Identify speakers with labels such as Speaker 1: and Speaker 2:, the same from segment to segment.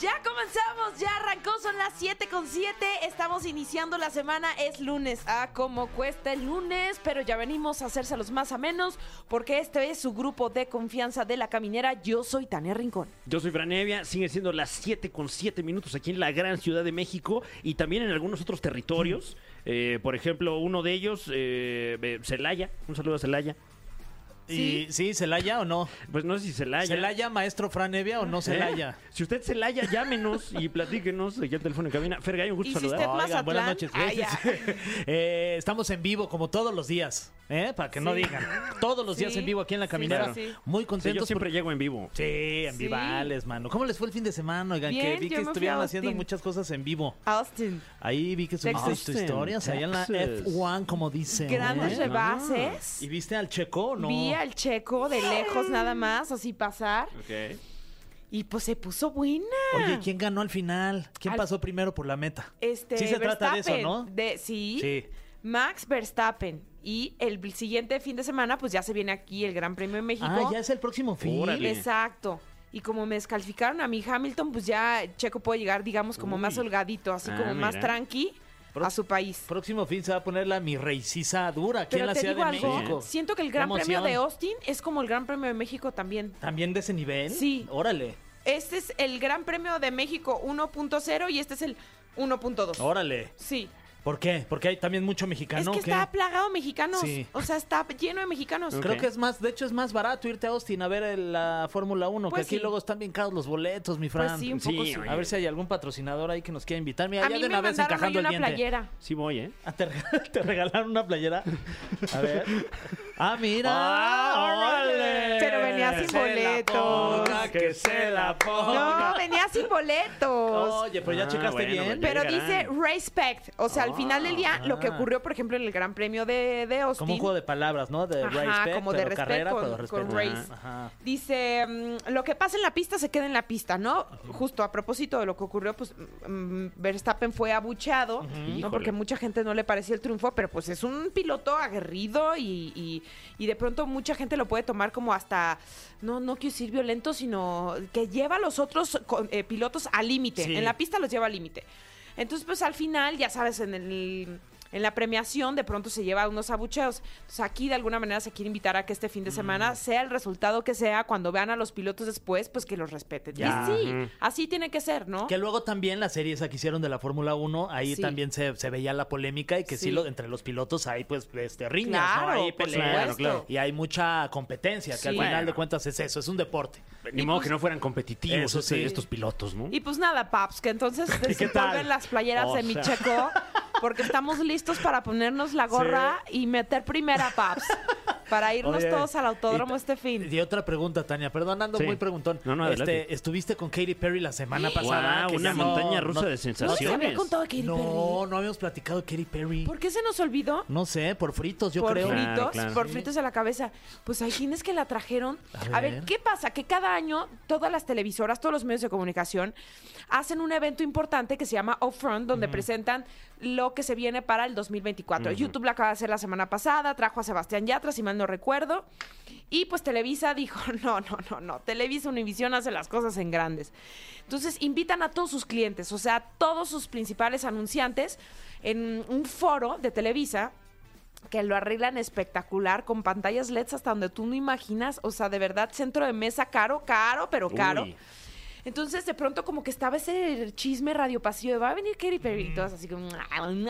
Speaker 1: Ya comenzamos, ya arrancó, son las 7 con 7, estamos iniciando la semana, es lunes, ah, como cuesta el lunes, pero ya venimos a hacerse los más a menos, porque este es su grupo de confianza de la caminera, yo soy Tania Rincón.
Speaker 2: Yo soy Fran Evia, siguen siendo las 7 con 7 minutos aquí en la gran Ciudad de México y también en algunos otros territorios.
Speaker 3: Mm.
Speaker 2: Eh, por ejemplo, uno de ellos, eh, eh, Celaya. Un saludo a Celaya.
Speaker 3: Y sí, Celaya o no.
Speaker 2: Pues no sé si
Speaker 1: Ah,
Speaker 2: Celaya.
Speaker 3: Celaya, maestro Fran Evia o no
Speaker 2: ¿Eh?
Speaker 3: Celaya.
Speaker 2: Si usted es Celaya, llámenos y platíquenos. Aquí el teléfono en cabina. Fergay, un gusto
Speaker 1: Y si
Speaker 2: saludar.
Speaker 1: usted
Speaker 3: Oigan,
Speaker 1: Mazatlán.
Speaker 3: buenas noches.
Speaker 1: Ay, Ah, ya.
Speaker 3: Eh, estamos en vivo como todos los días, ¿eh? Para que no
Speaker 1: Sí.
Speaker 3: digan. Todos los días
Speaker 1: Sí,
Speaker 3: en vivo aquí en la
Speaker 1: sí,
Speaker 3: caminera.
Speaker 1: sí, sí.
Speaker 3: Muy
Speaker 2: Sí,
Speaker 3: contentos.
Speaker 2: yo siempre
Speaker 3: por-
Speaker 2: llego en vivo.
Speaker 3: Sí, en
Speaker 1: Sí.
Speaker 3: vivales, mano. ¿Cómo les fue el fin de semana? Oigan,
Speaker 1: Bien,
Speaker 3: que vi
Speaker 1: yo
Speaker 3: que
Speaker 1: me fui a
Speaker 3: estuvieron haciendo
Speaker 1: Austin.
Speaker 3: muchas cosas en vivo.
Speaker 1: Austin,
Speaker 3: Ahí vi que subiste
Speaker 1: Texas.
Speaker 3: tus historias, allá en la
Speaker 2: Texas.
Speaker 3: F1, como dicen.
Speaker 1: grandes
Speaker 3: ¿eh?
Speaker 1: rebases.
Speaker 3: ¿Y viste al Checo o no?
Speaker 1: Vi al checo de lejos nada más, así pasar,
Speaker 2: Ok.
Speaker 1: y pues se puso buena.
Speaker 3: Oye, ¿quién ganó al final? ¿Quién
Speaker 1: Al-
Speaker 3: pasó primero por la meta?
Speaker 1: Este,
Speaker 3: sí se trata de eso,
Speaker 1: Verstappen,
Speaker 3: ¿no?
Speaker 1: de- sí,
Speaker 3: Sí.
Speaker 1: Max Verstappen. Y el siguiente fin de semana, pues ya se viene aquí el Gran Premio de México.
Speaker 3: Ah, ya es el próximo fin.
Speaker 2: Órale.
Speaker 1: Exacto. Y como me descalificaron a mi Hamilton, pues ya Checo puede llegar, digamos, como
Speaker 2: Uy.
Speaker 1: más holgadito, así
Speaker 2: Ah,
Speaker 1: como más
Speaker 2: mira.
Speaker 1: tranqui
Speaker 3: Pro-
Speaker 1: a su país.
Speaker 3: Próximo fin se va a poner la mi reicisa dura aquí en
Speaker 1: Pero
Speaker 3: la
Speaker 1: te
Speaker 3: Ciudad
Speaker 1: digo
Speaker 3: de
Speaker 1: algo,
Speaker 3: México.
Speaker 1: siento que el
Speaker 3: Qué
Speaker 1: Gran Premio de
Speaker 3: emoción.
Speaker 1: Austin es como el Gran Premio de México también.
Speaker 3: ¿También de ese nivel?
Speaker 1: Sí.
Speaker 3: Órale,
Speaker 1: Este es el Gran Premio de México 1.0 y este es el 1.2.
Speaker 3: órale.
Speaker 1: Sí.
Speaker 3: ¿Por qué? Porque hay también mucho
Speaker 1: Es
Speaker 3: mexicano.
Speaker 1: que
Speaker 3: ¿o qué?
Speaker 1: está plagado de mexicanos.
Speaker 3: Sí.
Speaker 1: O sea, está lleno de mexicanos.
Speaker 2: Ok.
Speaker 3: Creo que es más, de hecho es más barato irte a Austin a ver el- la Fórmula 1,
Speaker 1: Pues
Speaker 3: que aquí
Speaker 1: sí.
Speaker 3: luego están bien caros los boletos, mi Fran.
Speaker 1: Pues sí, un poco
Speaker 2: Sí,
Speaker 1: sí.
Speaker 2: oye.
Speaker 3: A ver si hay algún patrocinador ahí que nos quiera invitar. Mira,
Speaker 1: A
Speaker 3: ya
Speaker 1: mí
Speaker 3: de
Speaker 1: me
Speaker 3: una vez
Speaker 1: mandaron ahí
Speaker 3: encajando el
Speaker 1: una
Speaker 3: diente.
Speaker 1: playera.
Speaker 2: Sí voy, ¿eh?
Speaker 3: Ah, ¿Te, reg- te regalaron una playera? A ver. Ah, mira.
Speaker 2: Ah, órale.
Speaker 1: Pero venía sin
Speaker 3: Se la
Speaker 1: boletos.
Speaker 3: ponga, que se la ponga.
Speaker 1: No, venía sin boletos.
Speaker 3: Oye, pero Oh, ya
Speaker 2: Ah,
Speaker 3: checaste
Speaker 2: bueno,
Speaker 3: bien.
Speaker 2: bueno, ya
Speaker 1: Pero dice
Speaker 2: llegarán.
Speaker 1: respect. O sea, al final del día, lo que
Speaker 3: Ah.
Speaker 1: ocurrió, por ejemplo, en el Gran Premio de, de Austin.
Speaker 3: Como un juego de palabras, ¿no? De
Speaker 1: Ajá,
Speaker 3: respect,
Speaker 1: como de
Speaker 3: pero
Speaker 1: respect
Speaker 3: carrera,
Speaker 1: con-
Speaker 3: pero respeto.
Speaker 1: con race.
Speaker 3: Ajá.
Speaker 1: Dice, mm, lo que pasa en la pista se queda en la pista, ¿no? Justo a propósito de lo que ocurrió, pues mm, Verstappen fue abuchado, ¿no?
Speaker 2: Híjole.
Speaker 1: Porque mucha gente no le pareció el triunfo, pero pues es un piloto aguerrido y, y- y de pronto mucha gente lo puede tomar como hasta, no, no quiero decir violento, sino que lleva a los otros co- eh, pilotos al límite.
Speaker 3: Sí.
Speaker 1: En la pista los lleva al límite. Entonces, pues al final, ya sabes, en el... En la premiación de pronto se lleva unos abucheos. Entonces aquí de alguna manera se quiere invitar a que este fin
Speaker 3: Mm.
Speaker 1: de semana, sea el resultado que sea, cuando vean a los pilotos después, pues que los respeten.
Speaker 3: Ya.
Speaker 1: Y sí,
Speaker 2: Ujú.
Speaker 1: así tiene que ser, ¿no?
Speaker 3: Que luego también la serie esa que hicieron de la Fórmula 1, ahí
Speaker 1: Sí.
Speaker 3: también se, se veía la polémica y que sí,
Speaker 1: Sí.
Speaker 3: lo- entre los pilotos hay pues este, riñas, ¿no?
Speaker 1: Claro,
Speaker 3: Ahí
Speaker 1: por
Speaker 3: peleas.
Speaker 1: supuesto.
Speaker 2: claro.
Speaker 3: Y hay mucha competencia, que al
Speaker 1: Sí.
Speaker 3: final
Speaker 2: Bueno.
Speaker 3: de cuentas es eso, es un deporte.
Speaker 2: Ni
Speaker 1: Y
Speaker 2: modo
Speaker 1: pues-
Speaker 2: que no fueran competitivos
Speaker 3: Eso
Speaker 2: este-
Speaker 3: sí.
Speaker 2: estos pilotos, ¿no?
Speaker 1: Y pues nada, paps, que entonces desenvuelven
Speaker 2: tal?
Speaker 1: las playeras
Speaker 2: O
Speaker 1: de mi
Speaker 2: sea.
Speaker 1: checo, porque estamos listos para ponernos la gorra y meter primera paps, para irnos
Speaker 3: Oye,
Speaker 1: todos al autódromo
Speaker 3: y-
Speaker 1: este fin.
Speaker 3: Y otra pregunta, Tania, perdón, ando
Speaker 2: Sí.
Speaker 3: muy preguntón.
Speaker 2: No, no, adelante.
Speaker 3: este, estuviste con Katy Perry la semana pasada.
Speaker 2: Guau,
Speaker 3: que
Speaker 2: una
Speaker 3: ya no-
Speaker 2: montaña rusa
Speaker 3: no-
Speaker 2: de
Speaker 1: ¿No se había
Speaker 2: sensaciones.
Speaker 1: contado de Katy
Speaker 3: No, no habíamos platicado de Katy Perry.
Speaker 1: Perry? ¿Por qué se nos olvidó?
Speaker 3: No sé, por fritos, yo
Speaker 1: por
Speaker 3: creo.
Speaker 1: fritos,
Speaker 2: Claro, claro.
Speaker 1: por fritos de la cabeza. Pues hay quienes que la trajeron.
Speaker 3: A
Speaker 1: A ver.
Speaker 3: ver.
Speaker 1: ¿qué pasa? Que cada año todas las televisoras, todos los medios de comunicación hacen un evento importante que se llama Upfront, donde presentan lo que se viene para el 2024. YouTube la acaba de hacer la semana pasada, trajo a Sebastián Yatra, si mal no recuerdo. Y pues Televisa dijo, no, no, no, no, Televisa Univisión hace las cosas en grandes. Entonces invitan a todos sus clientes, o sea, todos sus principales anunciantes en un foro de Televisa que lo arreglan espectacular con pantallas LEDs hasta donde tú no imaginas, o sea, de verdad centro de mesa caro, caro, pero caro.
Speaker 2: Uy.
Speaker 1: Entonces, de pronto, como que estaba ese chisme radio pasillo de va a venir Katy Perry y todas así como.
Speaker 3: Ah, Mm.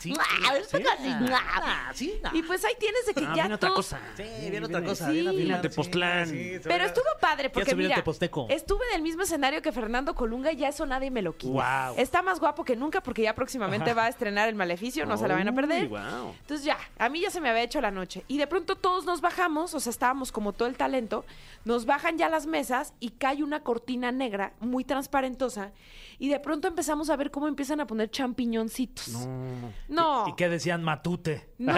Speaker 3: sí, Ah, sí, no.
Speaker 1: Y pues ahí tienes de que
Speaker 2: Ah,
Speaker 1: ya.
Speaker 2: viene otra
Speaker 1: todos-
Speaker 2: cosa.
Speaker 3: Sí, viene otra cosa.
Speaker 1: sí.
Speaker 3: bien
Speaker 1: Viene
Speaker 3: afilado,
Speaker 2: Tepoztlán.
Speaker 3: se
Speaker 1: Pero
Speaker 3: ve-
Speaker 1: estuvo padre porque
Speaker 3: subir el
Speaker 1: mira,
Speaker 3: Teposteco.
Speaker 1: estuve en el mismo escenario que Fernando Colunga y ya eso nadie me lo quita.
Speaker 3: Guau.
Speaker 1: Está más guapo que nunca porque ya próximamente va a estrenar El Maleficio, no se la van a
Speaker 2: Uy,
Speaker 1: perder.
Speaker 2: guau.
Speaker 1: Entonces ya, a mí ya se me había hecho la noche. Y de pronto todos nos bajamos, o sea, estábamos como todo el talento, nos bajan ya las mesas y cae una cortina negra muy transparentosa y de pronto empezamos a ver cómo empiezan a poner champiñoncitos. No.
Speaker 3: ¿Y qué decían Matute?
Speaker 1: No,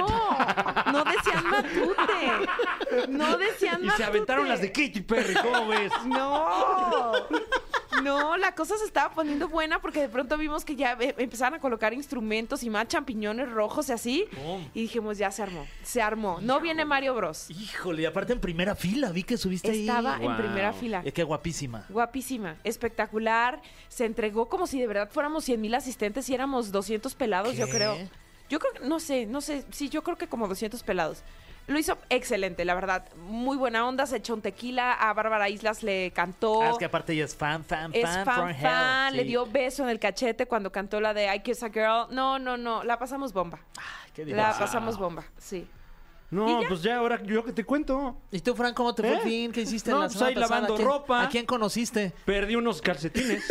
Speaker 1: no decían matute. No decían
Speaker 2: Y se aventaron las de
Speaker 1: qué?
Speaker 2: Katy Perry, ¿cómo ves?
Speaker 1: No. No, la cosa se estaba poniendo buena porque de pronto vimos que ya eh, empezaban a colocar instrumentos y más champiñones rojos y así.
Speaker 3: Pum.
Speaker 1: Y dijimos, ya se armó, se armó. No viene Mario Bros.
Speaker 3: Híjole, Oh. y aparte en primera fila, vi que subiste
Speaker 1: Estaba
Speaker 3: ahí.
Speaker 1: en
Speaker 2: Wow.
Speaker 1: primera fila.
Speaker 3: Es que guapísima.
Speaker 1: Guapísima, espectacular. Se entregó como si de verdad fuéramos 100 mil asistentes y éramos 200 pelados, yo
Speaker 3: ¿Qué?
Speaker 1: creo. Yo creo, que- no sé, no sé. Sí, yo creo que como 200 pelados. Lo hizo excelente, la verdad. Muy buena onda, se echó un tequila. A Bárbara Islas le cantó.
Speaker 3: Ah, es que aparte ella es fan, fan,
Speaker 1: es
Speaker 3: fan, from
Speaker 1: fan,
Speaker 3: hell.
Speaker 1: fan. Le
Speaker 3: Sí.
Speaker 1: dio beso en el cachete cuando cantó la de I Kiss a Girl. No, no, no. La pasamos bomba.
Speaker 3: Ay, Ah, qué
Speaker 1: La
Speaker 3: divertido.
Speaker 1: pasamos bomba, sí.
Speaker 2: No,
Speaker 1: ¿Y ya?
Speaker 2: pues ya ahora yo que te cuento.
Speaker 3: ¿Y tú, Frank, cómo te fue
Speaker 2: ¿Eh?
Speaker 3: el fin? ¿Qué hiciste
Speaker 2: No,
Speaker 3: en la
Speaker 2: pues
Speaker 3: semana
Speaker 2: ahí
Speaker 3: pasada?
Speaker 2: lavando
Speaker 3: ¿A quién-
Speaker 2: ropa.
Speaker 3: ¿A quién conociste?
Speaker 2: Perdí unos calcetines.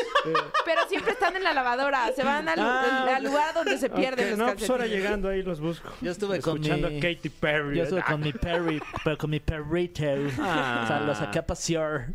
Speaker 1: Pero siempre están en la lavadora. Se van al,
Speaker 2: Ah,
Speaker 1: al lugar donde se pierden
Speaker 2: Ok,
Speaker 1: los
Speaker 2: no, pues
Speaker 1: calcetines.
Speaker 2: ahora llegando ahí los busco.
Speaker 3: Yo estuve con
Speaker 2: Escuchando
Speaker 3: mi-
Speaker 2: a Katy Perry.
Speaker 3: Yo estuve con mi Perry, pero con mi perrito.
Speaker 2: Ah.
Speaker 3: O sea, lo saqué a pasear.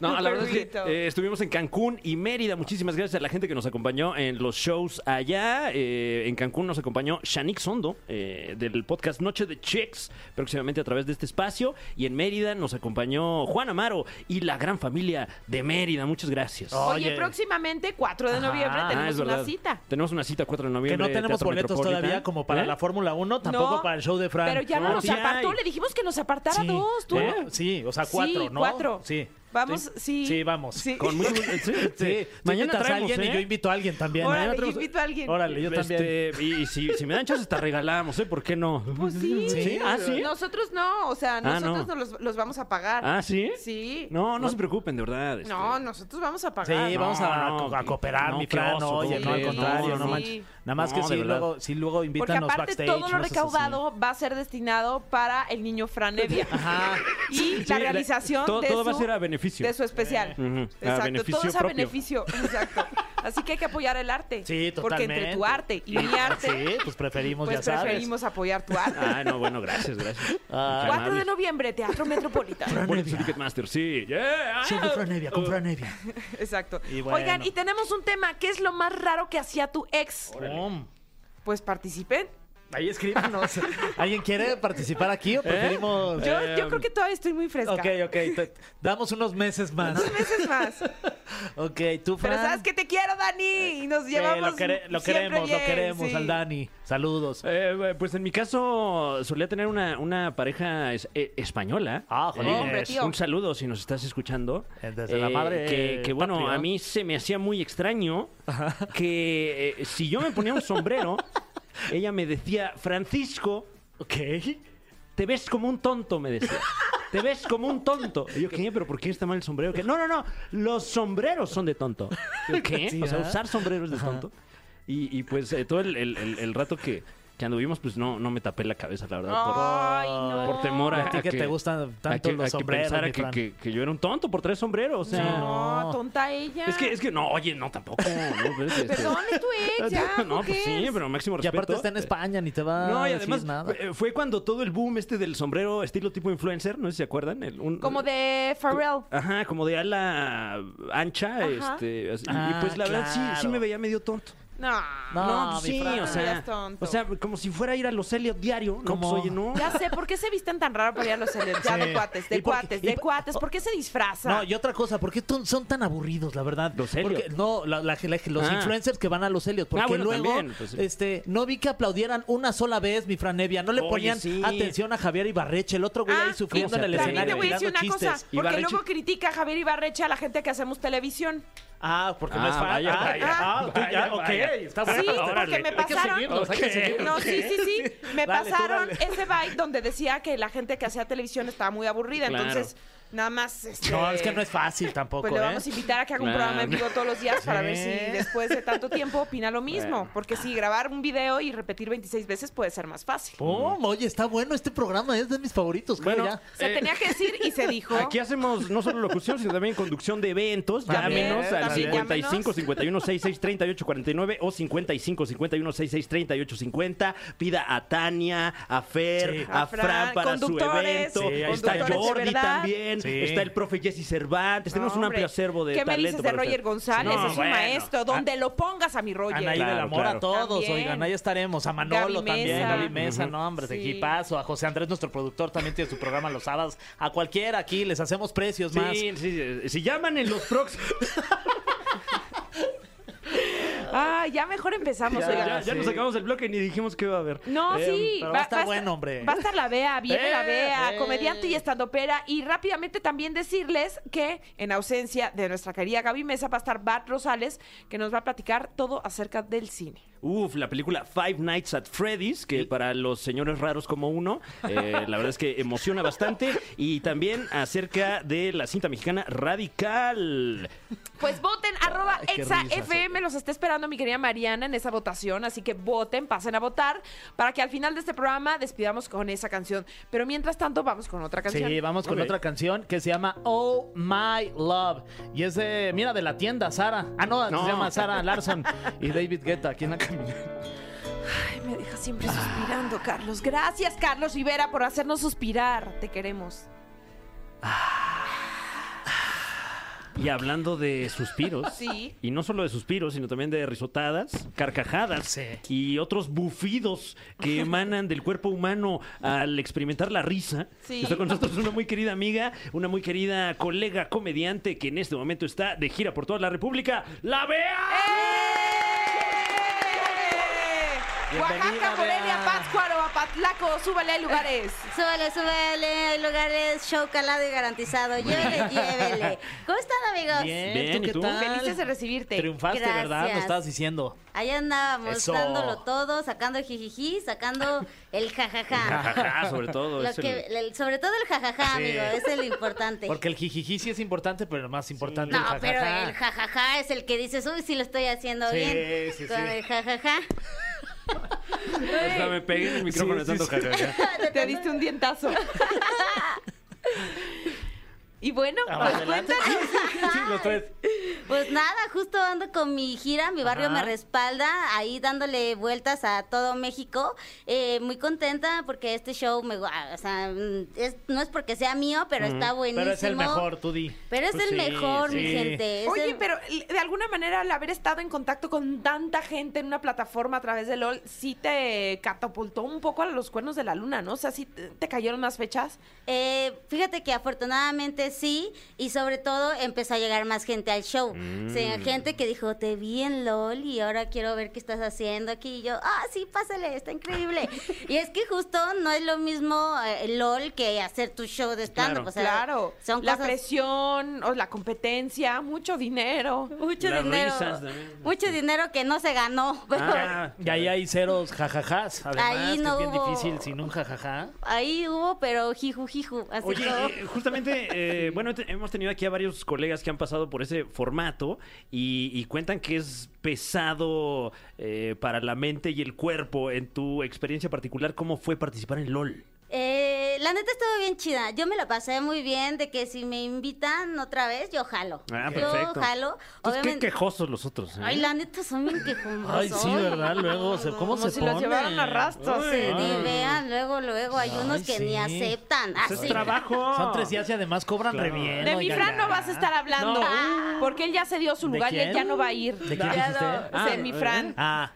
Speaker 2: No,
Speaker 1: Tu
Speaker 2: la verdad es que
Speaker 1: perrito.
Speaker 2: eh, estuvimos en Cancún y Mérida. Muchísimas gracias a la gente que nos acompañó en los shows allá. Eh, en Cancún nos acompañó Shanik Sondo eh, del podcast Noche de Chicks, próximamente a través de este espacio. Y en Mérida nos acompañó Juan Amaro y la gran familia de Mérida. Muchas gracias.
Speaker 3: Oh,
Speaker 1: Oye,
Speaker 3: Oye.
Speaker 1: próximamente, 4 de
Speaker 3: Ajá,
Speaker 1: noviembre,
Speaker 2: Ah,
Speaker 1: tenemos
Speaker 2: es
Speaker 1: una
Speaker 2: verdad.
Speaker 1: cita.
Speaker 2: Tenemos una cita 4 de
Speaker 3: Que
Speaker 2: noviembre.
Speaker 3: no tenemos
Speaker 2: Teatro
Speaker 3: boletos
Speaker 2: Metropolitan.
Speaker 3: todavía como para
Speaker 2: ¿Eh?
Speaker 3: la Fórmula 1, tampoco
Speaker 1: No,
Speaker 3: para el show de Fran.
Speaker 1: Pero ya no,
Speaker 2: No,
Speaker 1: nos
Speaker 2: sí
Speaker 1: apartó,
Speaker 2: hay.
Speaker 1: le dijimos que nos apartara
Speaker 3: Sí.
Speaker 1: dos, tú.
Speaker 3: ¿Eh? Sí, o sea, cuatro,
Speaker 1: Sí,
Speaker 3: ¿no?
Speaker 1: cuatro.
Speaker 3: Sí.
Speaker 1: Vamos, sí.
Speaker 3: Sí, vamos.
Speaker 2: Con mucho- sí, sí.
Speaker 3: Sí,
Speaker 2: Mañana
Speaker 3: mañana a
Speaker 2: traemos,
Speaker 3: alguien
Speaker 2: ¿eh?
Speaker 3: y yo invito a alguien también.
Speaker 1: Órale,
Speaker 3: Mañana
Speaker 1: yo
Speaker 3: traemos-
Speaker 1: invito a alguien.
Speaker 3: Órale, yo también.
Speaker 2: Este, y y si, si me dan chance, hasta regalamos, ¿eh? ¿Por qué no?
Speaker 1: Pues sí.
Speaker 3: Sí, ah, sí.
Speaker 1: Nosotros no, o sea,
Speaker 2: Ah,
Speaker 1: nosotros no
Speaker 2: no.
Speaker 1: los, los vamos a pagar.
Speaker 2: ¿Ah, sí?
Speaker 1: Sí.
Speaker 2: No, no, se preocupen, de verdad. este.
Speaker 1: No, nosotros vamos a
Speaker 3: Sí,
Speaker 1: pagar.
Speaker 2: No,
Speaker 3: vamos a,
Speaker 2: no,
Speaker 3: a cooperar,
Speaker 2: no,
Speaker 3: mi
Speaker 2: qué
Speaker 3: Fran.
Speaker 2: oso,
Speaker 3: oye,
Speaker 1: ¿cómo
Speaker 3: no, al
Speaker 1: crees?
Speaker 3: contrario,
Speaker 1: No,
Speaker 3: no
Speaker 1: sí.
Speaker 3: manches. Nada más que
Speaker 2: No,
Speaker 3: si
Speaker 2: de verdad.
Speaker 3: luego, si luego
Speaker 1: Porque
Speaker 3: invítanos
Speaker 1: aparte
Speaker 3: backstage.
Speaker 1: todo lo
Speaker 3: cosas así.
Speaker 1: recaudado va a ser destinado para el niño Fran Evia.
Speaker 3: Ajá.
Speaker 1: Y
Speaker 2: Sí,
Speaker 1: la
Speaker 2: la-
Speaker 1: realización
Speaker 2: todo-
Speaker 1: de,
Speaker 2: todo
Speaker 1: su,
Speaker 2: va a ser a beneficio.
Speaker 1: de su especial.
Speaker 2: Ujú, a
Speaker 1: Exacto,
Speaker 2: beneficio
Speaker 1: todo es a
Speaker 2: propio.
Speaker 1: beneficio. Exacto. Así que hay que apoyar el arte.
Speaker 3: Sí,
Speaker 1: Porque
Speaker 3: totalmente.
Speaker 1: entre tu arte y mi arte,
Speaker 3: Sí, pues preferimos,
Speaker 1: pues
Speaker 3: ya sabes.
Speaker 1: preferimos apoyar tu arte.
Speaker 2: Ah, no, bueno, gracias, gracias.
Speaker 3: Ah.
Speaker 2: Qué
Speaker 1: 4 de
Speaker 2: amables.
Speaker 1: noviembre, Teatro Metropolitano.
Speaker 2: Boletos en Ticketmaster, sí. Yeah. Uh,
Speaker 3: Sí, con Fran Evia, con Fran Evia.
Speaker 1: Exacto.
Speaker 3: Y bueno.
Speaker 1: Oigan, y tenemos un tema. ¿Qué es lo más raro que hacía tu ex?
Speaker 3: Pum.
Speaker 1: Pues participen.
Speaker 3: Ahí escríbanos. ¿Alguien quiere participar aquí o preferimos...?
Speaker 1: ¿Eh? Yo, yo creo que todavía estoy muy fresca.
Speaker 3: Ok, ok. te- damos unos meses más.
Speaker 1: Dos meses más.
Speaker 3: Ok, tú, Fran.
Speaker 1: Pero sabes que te quiero, Dani. Y nos
Speaker 3: Sí,
Speaker 1: llevamos.
Speaker 3: lo, quere- lo
Speaker 1: siempre
Speaker 3: queremos, lo
Speaker 1: bien,
Speaker 3: queremos
Speaker 1: sí.
Speaker 3: al Dani. Saludos.
Speaker 2: Eh, pues en mi caso solía tener una, una pareja es- eh, española. Eh,
Speaker 3: Ah, joder.
Speaker 1: Hombre, tío.
Speaker 2: un saludo si nos estás escuchando. Eh,
Speaker 3: Desde la madre
Speaker 2: Que, que, bueno,
Speaker 3: patria.
Speaker 2: a mí se me hacía muy extraño que eh, si yo me ponía un sombrero, ella me decía, Francisco,
Speaker 3: Ok.
Speaker 2: te ves como un tonto, me decía. Te ves como un tonto. Y yo, ¿qué? ¿Pero por qué está mal el sombrero? ¿Qué? No, no, no. Los sombreros son de tonto. Yo, ¿Qué?
Speaker 3: Sí,
Speaker 2: o sea,
Speaker 3: ¿verdad?
Speaker 2: usar sombreros de tonto. Y, y, pues eh, todo el, el- el- el rato que, que anduvimos, pues no, no me tapé la cabeza, la verdad. por-
Speaker 1: Ay, no.
Speaker 2: por temor a,
Speaker 3: A ti
Speaker 2: a
Speaker 3: que te gustan tanto
Speaker 2: a que-
Speaker 3: los
Speaker 2: a que
Speaker 3: sombreros,
Speaker 2: pensara
Speaker 3: mi
Speaker 2: que,
Speaker 3: Fran.
Speaker 2: que- que yo era un tonto por tres sombreros o sea
Speaker 1: No, tonta ella.
Speaker 2: es que es que no oye no tampoco no, pues, este-
Speaker 1: Perdón, es tu ex, ya.
Speaker 2: no
Speaker 1: ¿qué
Speaker 2: pues sí
Speaker 1: es?
Speaker 2: pero máximo
Speaker 3: Y
Speaker 2: respeto eh,
Speaker 3: aparte está en España, ni te va
Speaker 2: no,
Speaker 3: a
Speaker 2: y
Speaker 3: decir
Speaker 2: además
Speaker 3: Ah, nada.
Speaker 2: eh, fue cuando todo el boom este del sombrero estilo tipo influencer, no sé si se acuerdan. el- un-
Speaker 1: Como de Pharrell.
Speaker 2: Ajá, como de ala ancha.
Speaker 1: Ajá.
Speaker 2: este así. Y-
Speaker 3: Ah,
Speaker 2: y pues la verdad sí, sí
Speaker 3: claro.
Speaker 2: me veía medio tonto.
Speaker 1: No.
Speaker 3: No,
Speaker 2: pues,
Speaker 3: mi
Speaker 2: sí,
Speaker 3: Fran.
Speaker 2: o
Speaker 1: Ya
Speaker 2: sea,
Speaker 1: es tonto.
Speaker 2: o sea, como si fuera a ir a los Elliot diario. No,
Speaker 3: Como-
Speaker 2: pues, oye, no.
Speaker 1: Ya sé, ¿por qué se visten tan raro para ir a los Elliot? Ya
Speaker 3: Sí.
Speaker 1: de cuates, de
Speaker 3: ¿Y por qué-
Speaker 1: cuates,
Speaker 3: y
Speaker 1: de
Speaker 3: por-
Speaker 1: cuates. ¿Por qué se disfraza?
Speaker 3: No, y otra cosa, ¿por qué ton- son tan aburridos, la verdad?
Speaker 2: Los Elliot.
Speaker 3: Porque- no, la- la- la- los
Speaker 2: Ah.
Speaker 3: influencers que van a los Helios, porque
Speaker 2: Ah, bueno,
Speaker 3: luego
Speaker 2: también, pues sí.
Speaker 3: este, no vi que aplaudieran una sola vez, mi Fran Evia. No le
Speaker 2: Oye,
Speaker 3: ponían
Speaker 2: sí.
Speaker 3: atención a Javier Ibarreche, el otro güey
Speaker 1: Ah,
Speaker 3: ahí sufriendo
Speaker 2: y
Speaker 3: en el
Speaker 1: También
Speaker 2: también
Speaker 1: te
Speaker 3: escenario
Speaker 1: voy a decir
Speaker 3: tirando
Speaker 1: una cosa,
Speaker 3: chistes.
Speaker 1: porque
Speaker 2: Ibarreche-
Speaker 1: luego critica a Javier Ibarreche a la gente que hacemos televisión.
Speaker 3: Ah, porque no es
Speaker 2: Ah,
Speaker 3: fan.
Speaker 2: vaya,
Speaker 3: ah,
Speaker 2: vaya,
Speaker 3: ah, tú ya,
Speaker 2: vaya, vaya.
Speaker 3: ok, está bueno.
Speaker 1: Sí, porque
Speaker 2: órale.
Speaker 1: me
Speaker 2: Hay
Speaker 3: Hay que
Speaker 1: pasaron.
Speaker 3: seguirlos, hay que
Speaker 2: Ok.
Speaker 3: seguirlos.
Speaker 1: No, sí, sí, sí. Me
Speaker 3: Dale, tú
Speaker 1: pasaron
Speaker 3: dale.
Speaker 1: ese byte donde decía que la gente que hacía televisión estaba muy aburrida.
Speaker 2: Claro.
Speaker 1: Entonces, nada más. este,
Speaker 3: No, es que no es fácil tampoco,
Speaker 1: Pues le
Speaker 3: ¿eh?
Speaker 1: vamos a invitar a que haga un
Speaker 2: Claro.
Speaker 1: programa en vivo todos los días para ver
Speaker 3: Sí.
Speaker 1: si después de tanto tiempo opina lo mismo.
Speaker 2: Bueno.
Speaker 1: Porque si grabar un video y repetir 26 veces puede ser más fácil.
Speaker 3: Pum, oye, está bueno este programa, es de mis favoritos. creo
Speaker 2: Bueno,
Speaker 3: ya.
Speaker 1: Se
Speaker 2: Eh,
Speaker 1: tenía que decir y se dijo.
Speaker 2: Aquí hacemos no solo locución, sino también conducción de eventos.
Speaker 3: También,
Speaker 2: Llámenos al
Speaker 3: también,
Speaker 2: 55
Speaker 1: llámenos.
Speaker 2: 51 66 38 49 o 55 51 66 38 50. Pida a Tania, a Fer,
Speaker 3: Sí.
Speaker 2: a,
Speaker 1: A
Speaker 2: Fran,
Speaker 1: Fran,
Speaker 2: para su
Speaker 1: conductores,
Speaker 2: evento.
Speaker 3: Sí, ahí
Speaker 2: Está
Speaker 3: está.
Speaker 2: Jordi
Speaker 1: ¿verdad?
Speaker 2: también.
Speaker 3: Sí.
Speaker 2: está el profe Jesse Cervantes, tenemos un
Speaker 1: Hombre,
Speaker 2: amplio acervo de
Speaker 1: ¿Qué me
Speaker 2: talento
Speaker 1: dices de
Speaker 2: para
Speaker 1: Roger
Speaker 2: ustedes.
Speaker 1: González?
Speaker 2: No,
Speaker 1: es un
Speaker 2: bueno.
Speaker 1: maestro. Donde lo pongas a mi Roger.
Speaker 3: Ah, Anaí
Speaker 2: Claro,
Speaker 3: del Amor
Speaker 2: claro.
Speaker 3: a todos,
Speaker 1: También.
Speaker 3: oigan, ahí estaremos. A Manolo
Speaker 1: Gaby
Speaker 3: también,
Speaker 1: Mesa.
Speaker 3: Gaby Mesa, no, hombre, de
Speaker 1: Sí.
Speaker 3: equipazo. A José Andrés, nuestro productor, también tiene su programa los sábados. A cualquiera aquí, les hacemos precios más.
Speaker 2: Sí, sí, sí, si llaman en los próximos,
Speaker 1: Ah, ya mejor empezamos,
Speaker 2: ya,
Speaker 1: oigan.
Speaker 2: ya- ya nos
Speaker 3: sí.
Speaker 2: acabamos el bloque ni dijimos qué va a haber.
Speaker 1: No,
Speaker 2: Eh,
Speaker 1: sí.
Speaker 3: pero va a estar bueno, hombre.
Speaker 1: Va a estar la Bea, viene la
Speaker 3: Eh,
Speaker 1: Bea,
Speaker 3: eh.
Speaker 1: comediante y estandopera. Y rápidamente también decirles que, en ausencia de nuestra querida Gaby Mesa, va a estar Bat Rosales, que nos va a platicar todo acerca del cine.
Speaker 2: Uf, la película Five Nights at Freddy's, que para los señores raros como uno, eh, la verdad es que emociona bastante. Y también acerca de la cinta mexicana Radical.
Speaker 1: Pues voten, arroba
Speaker 2: qué
Speaker 1: exa
Speaker 2: risa,
Speaker 1: FM. Los está esperando mi querida Mariana en esa votación. Así que voten, pasen a votar para que al final de este programa despidamos con esa canción. Pero mientras tanto, vamos con otra canción.
Speaker 3: Sí, vamos con
Speaker 2: Ok.
Speaker 3: otra canción que se llama Oh My Love. Y es de, mira, de la tienda Sara. Ah, no,
Speaker 2: No.
Speaker 3: se llama Sara Larson y David Guetta aquí en la caminera.
Speaker 1: Ay, me deja siempre
Speaker 3: Ah.
Speaker 1: suspirando, Carlos. Gracias, Carlos Rivera, por hacernos suspirar. Te queremos.
Speaker 2: Y hablando de suspiros.
Speaker 1: Sí.
Speaker 2: Y no solo de suspiros, sino también de risotadas, carcajadas
Speaker 3: Sí.
Speaker 2: y otros bufidos que emanan del cuerpo humano al experimentar la risa.
Speaker 1: Sí.
Speaker 2: Está con nosotros una muy querida amiga, una muy querida colega comediante que en este momento está de gira por toda la República. ¡La vea!
Speaker 1: ¡Eh! Oaxaca,
Speaker 3: Bienvenida,
Speaker 1: Morelia,
Speaker 3: Bea.
Speaker 1: Pátzcuaro, Apatlaco, súbale hay lugares.
Speaker 4: Súbale, súbale, hay lugares, show calado y garantizado. Llévele, llévele. ¿Cómo están, amigos?
Speaker 2: Bien, ¿y tú?
Speaker 1: Felices de recibirte.
Speaker 3: Triunfaste, ¿verdad? Lo
Speaker 4: Gracias.
Speaker 3: estabas diciendo.
Speaker 4: Ahí andábamos
Speaker 3: Eso.
Speaker 4: dándolo todo, sacando el jijijí, sacando el jajaja.
Speaker 2: Jajaja, sobre todo.
Speaker 4: Lo
Speaker 2: es el-
Speaker 4: que- el- sobre todo el jajaja,
Speaker 3: Sí.
Speaker 4: amigo, es el importante.
Speaker 3: Porque el jijiji sí es importante, pero lo más importante
Speaker 4: no,
Speaker 3: es el
Speaker 4: pero
Speaker 3: jajaja.
Speaker 4: el jajaja es el que dices, uy, sí lo estoy haciendo
Speaker 3: Sí,
Speaker 4: bien.
Speaker 3: sí,
Speaker 4: Con
Speaker 3: sí.
Speaker 4: el jajaja.
Speaker 2: Hasta me pegué en el micrófono
Speaker 3: Sí, sí,
Speaker 2: estando
Speaker 3: sí.
Speaker 2: jajaja.
Speaker 1: Te diste un dientazo. y bueno,
Speaker 3: Ah,
Speaker 1: pues
Speaker 3: adelante.
Speaker 1: cuéntanos.
Speaker 3: Sí, los tres.
Speaker 4: Pues nada, justo ando con mi gira, mi barrio
Speaker 3: Ajá.
Speaker 4: me respalda, ahí dándole vueltas a todo México. Eh, muy contenta porque este show me, gua- o sea, mm, es- no es porque sea mío, pero está buenísimo.
Speaker 3: Pero es el mejor, tú di.
Speaker 4: Pero es
Speaker 2: Pues
Speaker 4: el
Speaker 2: sí,
Speaker 4: mejor, mi
Speaker 3: sí.
Speaker 4: gente. es
Speaker 1: Oye,
Speaker 4: el-
Speaker 1: pero eh, de alguna manera al haber estado en contacto con tanta gente en una plataforma a través de LOL, sí te catapultó un poco a los cuernos de la luna, ¿no? O sea, sí te te cayeron más fechas.
Speaker 4: Eh, fíjate que afortunadamente sí, y sobre todo empezó a llegar más gente al show. O sea,
Speaker 2: Mm.
Speaker 4: gente que dijo, te vi en LOL y ahora quiero ver qué estás haciendo aquí. Y yo, ah, sí, pásale, está increíble. y es que justo no es lo mismo eh, LOL que hacer tu show de stand-up.
Speaker 2: Claro.
Speaker 4: o sea,
Speaker 1: claro.
Speaker 4: son
Speaker 1: la
Speaker 4: cosas...
Speaker 1: presión, o la competencia, mucho dinero.
Speaker 4: Mucho
Speaker 2: Las
Speaker 4: dinero.
Speaker 2: risas también.
Speaker 4: Mucho dinero que no se ganó. Pero
Speaker 2: Ah,
Speaker 3: Y ahí hay ceros jajajás. Además,
Speaker 4: Ahí
Speaker 3: que
Speaker 4: no
Speaker 3: es bien
Speaker 4: hubo-
Speaker 3: difícil sin un jajajá.
Speaker 4: ahí hubo, pero jiju, jiju. Así
Speaker 2: Oye,
Speaker 4: como-
Speaker 2: eh, justamente, eh, bueno, te- hemos tenido aquí a varios colegas que han pasado por ese formato y, y cuentan que es pesado eh, para la mente y el cuerpo. En tu experiencia particular, ¿cómo fue participar en LOL?
Speaker 4: Eh, la neta estuvo bien chida. Yo me la pasé muy bien de que si me invitan otra vez, yo jalo.
Speaker 2: Ah,
Speaker 4: yo
Speaker 2: perfecto.
Speaker 4: jalo.
Speaker 2: Entonces, qué
Speaker 4: Obviamente.
Speaker 2: quejosos los otros. ¿eh?
Speaker 4: Ay, la neta son bien quejumbrosos.
Speaker 3: Ay, sí, ¿verdad? Luego, se-
Speaker 1: Como
Speaker 3: ¿cómo se
Speaker 1: si los
Speaker 3: ponen?
Speaker 1: llevaran a rastros.
Speaker 4: Sí,
Speaker 2: Ah.
Speaker 3: Ay.
Speaker 4: ni vean, luego, luego, hay
Speaker 3: Ay,
Speaker 4: unos que
Speaker 3: sí.
Speaker 4: ni aceptan. Ah,
Speaker 2: Pues
Speaker 4: Así.
Speaker 2: es trabajo.
Speaker 3: Son tres días y además cobran
Speaker 2: Claro.
Speaker 3: re bien.
Speaker 1: De mi
Speaker 3: oigan.
Speaker 1: Fran no vas a estar hablando,
Speaker 4: No.
Speaker 1: porque él ya se dio su
Speaker 3: ¿De
Speaker 1: lugar y él
Speaker 3: quién?
Speaker 1: ya no va a ir.
Speaker 3: ¿De quién
Speaker 1: Ya
Speaker 3: dijiste?
Speaker 1: no,
Speaker 2: Ah,
Speaker 1: de mi Fran,
Speaker 3: Ah,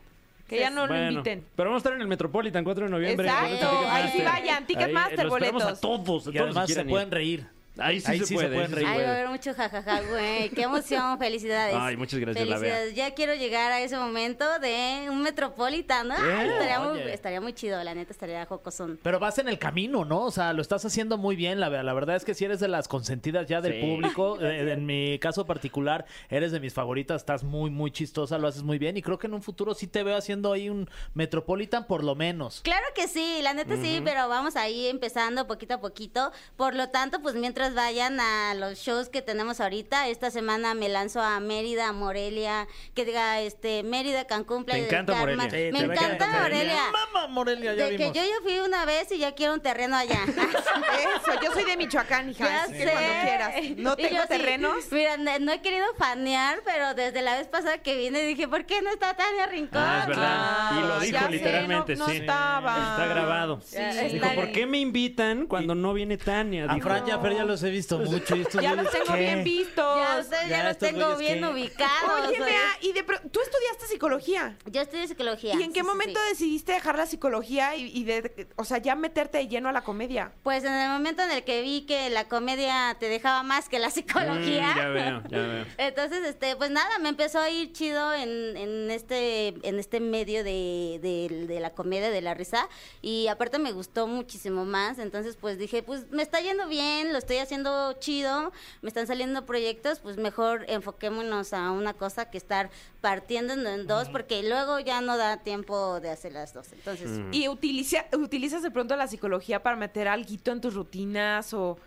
Speaker 1: que ya no lo
Speaker 2: Bueno,
Speaker 1: inviten.
Speaker 2: Pero vamos a estar en el Metropolitan 4 de noviembre.
Speaker 1: Exacto,
Speaker 2: Boletos
Speaker 4: ahí sí
Speaker 2: Ticketmaster.
Speaker 1: vayan, Ticketmaster,
Speaker 2: Ahí, eh, los esperamos
Speaker 1: boletos.
Speaker 2: a todos, a todos
Speaker 3: y además
Speaker 2: que
Speaker 3: se
Speaker 2: quieran ir.
Speaker 3: pueden reír.
Speaker 2: Ahí sí, se, puede,
Speaker 3: pueden
Speaker 2: sí
Speaker 3: reír.
Speaker 4: Ay,
Speaker 2: puede.
Speaker 4: va a haber mucho jajaja, güey. Qué emoción, felicidades.
Speaker 2: Ay, muchas gracias, la Bea.
Speaker 4: Felicidades. Ya quiero llegar a ese momento de un metropolitano. Ay,
Speaker 3: Eh,
Speaker 4: estaría, muy,
Speaker 3: oye.
Speaker 4: estaría muy chido, la neta, estaría jocosón.
Speaker 3: Pero vas en el camino, ¿no? O sea, lo estás haciendo muy bien, la verdad. La verdad es que si eres de las consentidas ya del
Speaker 2: Sí.
Speaker 3: público, eh, en mi caso particular, eres de mis favoritas, estás muy, muy chistosa, lo haces muy bien y creo que en un futuro sí te veo haciendo ahí un Metropolitan por lo menos.
Speaker 4: Claro que sí, la neta sí, pero vamos ahí empezando poquito a poquito. Por lo tanto, pues mientras vayan a los shows que tenemos ahorita, esta semana me lanzo a Mérida, Morelia, que diga este Mérida, Cancún, Playa del
Speaker 2: encanta
Speaker 4: Carmen.
Speaker 2: Morelia. Sí,
Speaker 4: me
Speaker 3: te va a
Speaker 4: encanta
Speaker 3: encantar
Speaker 4: Morelia.
Speaker 3: Mamá Morelia, ya
Speaker 4: De que
Speaker 3: vimos.
Speaker 4: yo ya fui una vez y ya quiero un terreno allá.
Speaker 1: Eso, yo soy de Michoacán, hija.
Speaker 4: Ya
Speaker 1: así que Cuando
Speaker 4: sé.
Speaker 1: quieras. No
Speaker 4: Y yo
Speaker 1: tengo
Speaker 4: sí,
Speaker 1: terrenos.
Speaker 4: mira, no, no he querido fanear, pero desde la vez pasada que vine dije, ¿por qué no está Tania Rincón?
Speaker 2: Ah, es verdad. y lo
Speaker 1: Ah,
Speaker 2: dijo
Speaker 1: ya sé,
Speaker 2: literalmente,
Speaker 1: no- no
Speaker 2: sí.
Speaker 1: estaba.
Speaker 2: Está grabado.
Speaker 4: Ya
Speaker 2: Dijo,
Speaker 4: está
Speaker 2: ¿por qué me invitan cuando no viene Tania?
Speaker 3: A
Speaker 2: Dijo,
Speaker 3: Fran ya, Fer, ya lo los he visto mucho. y estos
Speaker 1: Ya los
Speaker 3: güeyes,
Speaker 1: tengo
Speaker 3: ¿qué?
Speaker 1: bien vistos.
Speaker 4: Ya ustedes ya,
Speaker 3: Ya
Speaker 4: los
Speaker 3: estos
Speaker 4: tengo
Speaker 3: güeyes
Speaker 4: bien
Speaker 3: que-
Speaker 4: ubicados.
Speaker 1: Oye,
Speaker 4: oye.
Speaker 1: Bea, y de pro- tú estudiaste psicología.
Speaker 4: Yo estudio psicología.
Speaker 1: ¿Y en qué
Speaker 4: sí, sí,
Speaker 1: momento
Speaker 4: sí.
Speaker 1: decidiste dejar la psicología y, y de- o sea, ya meterte de lleno a la comedia?
Speaker 4: Pues en el momento en el que vi que la comedia te dejaba más que la psicología.
Speaker 2: Mm, ya veo, ya veo.
Speaker 4: Entonces, este, pues nada, me empezó a ir chido en, en este, en este medio de, de- de la comedia, de la risa. Y aparte me gustó muchísimo más. Entonces, pues dije, pues me está yendo bien, lo estoy haciendo chido, me están saliendo proyectos, pues mejor enfoquémonos a una cosa que estar partiendo en
Speaker 2: Mm.
Speaker 4: dos, porque luego ya no da tiempo de hacer las dos. Entonces,
Speaker 2: Mm.
Speaker 1: ¿Y utiliza, utilizas de pronto la psicología para meter alguito en tus rutinas o,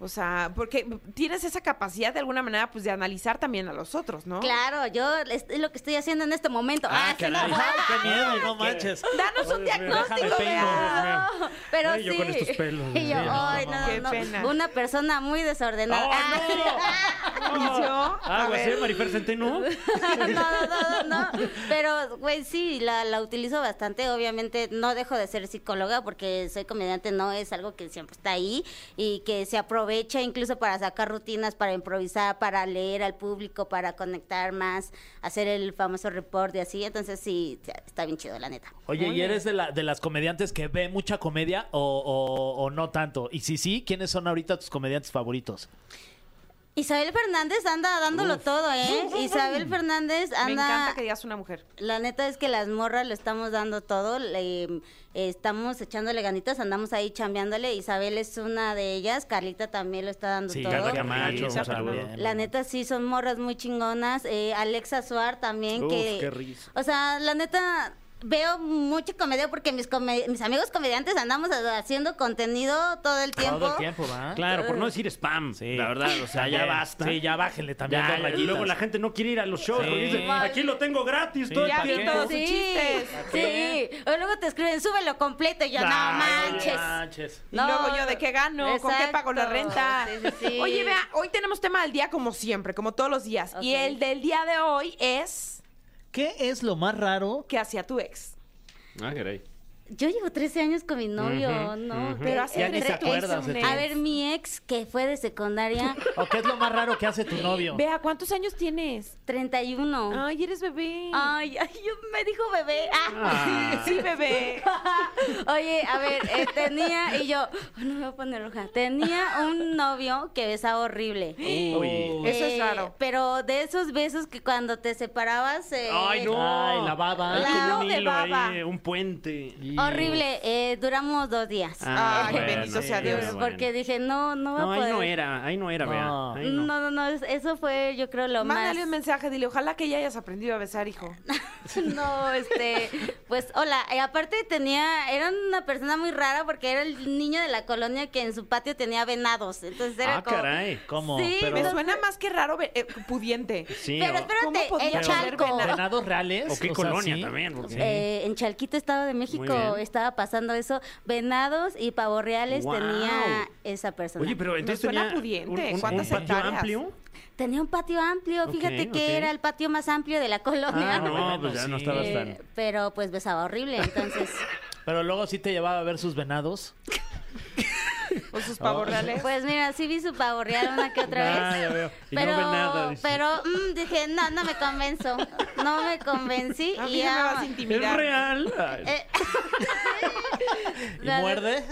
Speaker 1: o sea, porque tienes esa capacidad de alguna manera pues de analizar también a los otros, ¿no?
Speaker 4: Claro, yo es es lo que estoy haciendo en este momento.
Speaker 3: Ah,
Speaker 4: sí,
Speaker 3: caray.
Speaker 4: no,
Speaker 3: Ay, qué miedo, no manches.
Speaker 1: Danos un diagnóstico,
Speaker 3: déjame
Speaker 1: Bea.
Speaker 4: no, Pero
Speaker 5: Ay,
Speaker 4: sí.
Speaker 5: yo con estos pelos,
Speaker 4: Y yo,
Speaker 5: Dios mío.
Speaker 4: ay, no,
Speaker 1: Qué
Speaker 4: no,
Speaker 1: pena.
Speaker 4: Una persona muy desordenada.
Speaker 1: Ah, Y yo, a
Speaker 2: Ah, Algo así,
Speaker 1: ver,
Speaker 2: Marifer Centeno.
Speaker 4: no, no, no, no, no. Pero, güey, sí, la, la utilizo bastante. Obviamente no dejo de ser psicóloga porque soy comediante, no es algo que siempre está ahí y que se aprovecha incluso para sacar rutinas, para improvisar, para leer al público, para conectar más, hacer el famoso report y así. Entonces sí, está bien chido, la neta.
Speaker 3: Oye, ¿y eres de, la, de las comediantes que ve mucha comedia o, o- o no tanto? Y si sí, ¿quiénes son ahorita tus comediantes favoritos?
Speaker 4: Isabel Fernández anda dándolo todo, ¿eh? Isabel Fernández
Speaker 1: me
Speaker 4: anda...
Speaker 1: encanta que digas una mujer.
Speaker 4: La neta es que las morras lo estamos dando todo, le- eh, estamos echándole ganitas, andamos ahí chambeándole. Isabel es una de ellas, Carlita también lo está dando todo.
Speaker 2: Carla
Speaker 3: Camacho,
Speaker 2: Camacho,
Speaker 3: un
Speaker 2: saludo.
Speaker 3: saludo.
Speaker 4: La neta sí son morras muy chingonas. Eh, Alexa Suar también
Speaker 2: Uf,
Speaker 4: que.
Speaker 2: qué risa.
Speaker 4: O sea, la neta veo mucha comedia porque mis come- mis amigos comediantes andamos haciendo contenido todo el tiempo.
Speaker 3: Todo el tiempo,
Speaker 1: Ah,
Speaker 3: ¿va?
Speaker 2: Claro, por no decir spam.
Speaker 3: Sí.
Speaker 2: La verdad, o sea, ya
Speaker 3: También.
Speaker 2: basta.
Speaker 3: Sí, ya bájenle también.
Speaker 2: Ya,
Speaker 3: dos
Speaker 2: ya,
Speaker 3: rayitas.
Speaker 2: luego la gente no quiere ir a los shows
Speaker 3: Sí.
Speaker 2: porque dice, aquí lo tengo gratis
Speaker 3: Sí,
Speaker 2: todo el
Speaker 1: Ya vi
Speaker 2: tiempo".
Speaker 1: todos sus
Speaker 4: Sí,
Speaker 1: chistes.
Speaker 4: sí. O luego te escriben, súbelo completo y yo,
Speaker 3: Ay,
Speaker 4: no manches.
Speaker 3: manches.
Speaker 1: Y luego yo, ¿de qué gano? ¿Con qué pago la
Speaker 4: Exacto.
Speaker 1: renta?
Speaker 4: Sí, sí, sí.
Speaker 1: Oye, vea, hoy tenemos tema del día como siempre, como todos los días. Y
Speaker 4: Ok.
Speaker 1: el del día de hoy es
Speaker 3: ¿Qué es lo más raro?
Speaker 1: ¿qué hacía tu ex?
Speaker 2: Ah, caray.
Speaker 4: Yo llevo 13 años con mi novio,
Speaker 2: Ujú,
Speaker 4: ¿no?
Speaker 2: ujú.
Speaker 1: Pero hace
Speaker 3: Ya ni se
Speaker 1: 13
Speaker 3: acuerdas de
Speaker 1: un
Speaker 3: ti.
Speaker 1: ex.
Speaker 4: A ver, mi ex, que fue de secundaria,
Speaker 3: ¿O qué es lo más raro que hace tu novio?
Speaker 1: Vea, ¿cuántos años tienes?
Speaker 4: 31.
Speaker 1: Ay, eres bebé.
Speaker 4: Ay, ay, yo me dijo bebé. Ah.
Speaker 1: Sí, bebé.
Speaker 4: Oye, a ver, eh, tenía, y yo, oh, no me voy a poner roja, tenía un novio que besaba horrible.
Speaker 2: Uy.
Speaker 1: Eso es
Speaker 4: Eh,
Speaker 1: raro.
Speaker 4: Pero de esos besos que cuando te separabas... eh,
Speaker 2: Ay, no.
Speaker 3: Ay, la baba.
Speaker 2: Hay como
Speaker 4: La-
Speaker 2: un
Speaker 1: de
Speaker 2: hilo ahí,
Speaker 1: baba.
Speaker 2: un puente.
Speaker 4: Horrible, eh, duramos dos días.
Speaker 1: Ay, bendito sea
Speaker 4: Dios,
Speaker 1: Dios,
Speaker 2: Ah, bueno.
Speaker 4: Porque dije, no, no va
Speaker 2: No,
Speaker 4: a
Speaker 2: ahí
Speaker 4: poder.
Speaker 2: no era, ahí no era, vea.
Speaker 3: No.
Speaker 2: Ahí
Speaker 4: No,
Speaker 2: no.
Speaker 4: no, no, es- eso fue yo creo lo más...
Speaker 1: Mándale un mensaje, dile, ojalá que ya hayas aprendido a besar, hijo.
Speaker 4: No, este, pues hola, Eh, aparte tenía, era una persona muy rara porque era el niño de la colonia que en su patio tenía venados, entonces era
Speaker 2: Ah,
Speaker 4: como...
Speaker 2: caray.
Speaker 3: ¿Cómo?
Speaker 4: Sí,
Speaker 3: ¿Pero
Speaker 1: Me
Speaker 4: no-
Speaker 1: suena más que raro ve- eh, pudiente.
Speaker 2: Sí, oh.
Speaker 4: Pero
Speaker 2: o-
Speaker 1: ¿Cómo
Speaker 4: espérate,
Speaker 1: podía
Speaker 4: en
Speaker 1: haber
Speaker 4: Chalco,
Speaker 1: venado?
Speaker 3: venados reales?
Speaker 2: o, qué
Speaker 3: sea,
Speaker 2: colonia
Speaker 3: sí.
Speaker 2: también. porque-
Speaker 4: eh, en Chalquito, Estado de México,
Speaker 2: bien.
Speaker 4: estaba pasando eso, venados y pavorreales
Speaker 2: Guau.
Speaker 4: tenía esa persona.
Speaker 2: Oye, pero entonces
Speaker 1: suena
Speaker 2: tenía
Speaker 1: pudiente,
Speaker 2: un, un- un
Speaker 1: ¿cuántas
Speaker 2: patio
Speaker 1: hectáreas?
Speaker 2: amplio.
Speaker 4: Tenía un patio amplio,
Speaker 2: Ok,
Speaker 4: fíjate que
Speaker 2: ok.
Speaker 4: era el patio más amplio de la colonia.
Speaker 2: Ah, no,
Speaker 3: bueno,
Speaker 2: pues ya no
Speaker 3: sí.
Speaker 2: estabas
Speaker 4: Eh,
Speaker 2: tan...
Speaker 4: pero pues besaba horrible, entonces...
Speaker 3: Pero luego sí te llevaba a ver sus venados.
Speaker 1: O
Speaker 2: Oh.
Speaker 1: sus pavorreales.
Speaker 4: Pues mira, sí vi su pavo real una que otra
Speaker 2: Ah,
Speaker 4: vez.
Speaker 2: ya veo. Y no
Speaker 4: Pero,
Speaker 2: ve nada, dice.
Speaker 4: pero mm, dije, no, no me convenzo. No me convencí
Speaker 1: a mí
Speaker 4: y
Speaker 1: no me vas
Speaker 4: ya.
Speaker 1: a
Speaker 2: ¿Es
Speaker 1: intimidar.
Speaker 2: real? Ay,
Speaker 4: Eh,
Speaker 3: ¿Y
Speaker 4: La-
Speaker 3: muerde?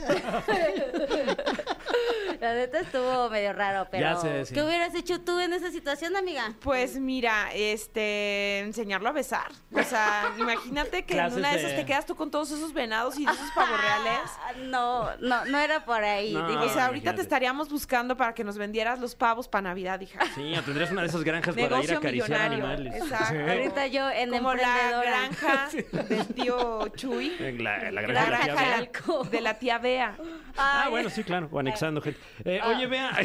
Speaker 4: La neta estuvo medio raro, pero.
Speaker 3: Ya sé, sí.
Speaker 4: ¿Qué hubieras hecho tú en esa situación, amiga?
Speaker 1: Pues mira, este, enseñarlo a besar. O sea, imagínate que en
Speaker 3: Clases
Speaker 1: una de
Speaker 3: de-
Speaker 1: esas te quedas tú con todos esos venados y de esos pavorreales.
Speaker 4: Ah, no, no, no era por ahí.
Speaker 2: No.
Speaker 4: Dije,
Speaker 1: O sea, ahorita
Speaker 2: Ah, imagínate.
Speaker 1: te estaríamos buscando para que nos vendieras los pavos para Navidad, hija.
Speaker 2: Sí, o tendrías una de esas granjas para ir a
Speaker 1: Negocio
Speaker 2: acariciar
Speaker 1: millonario.
Speaker 2: animales.
Speaker 1: Exacto.
Speaker 4: ahorita yo en
Speaker 1: Como la
Speaker 4: emprendedora.
Speaker 1: granja del tío Chuy.
Speaker 2: Eh, La, la granja
Speaker 1: La
Speaker 2: de la tía Bea.
Speaker 1: granja de
Speaker 4: Chalco.
Speaker 1: la, de la tía Bea.
Speaker 4: Ay,
Speaker 2: Ah, bueno, sí, claro, o anexando gente. Eh, Oye, vea.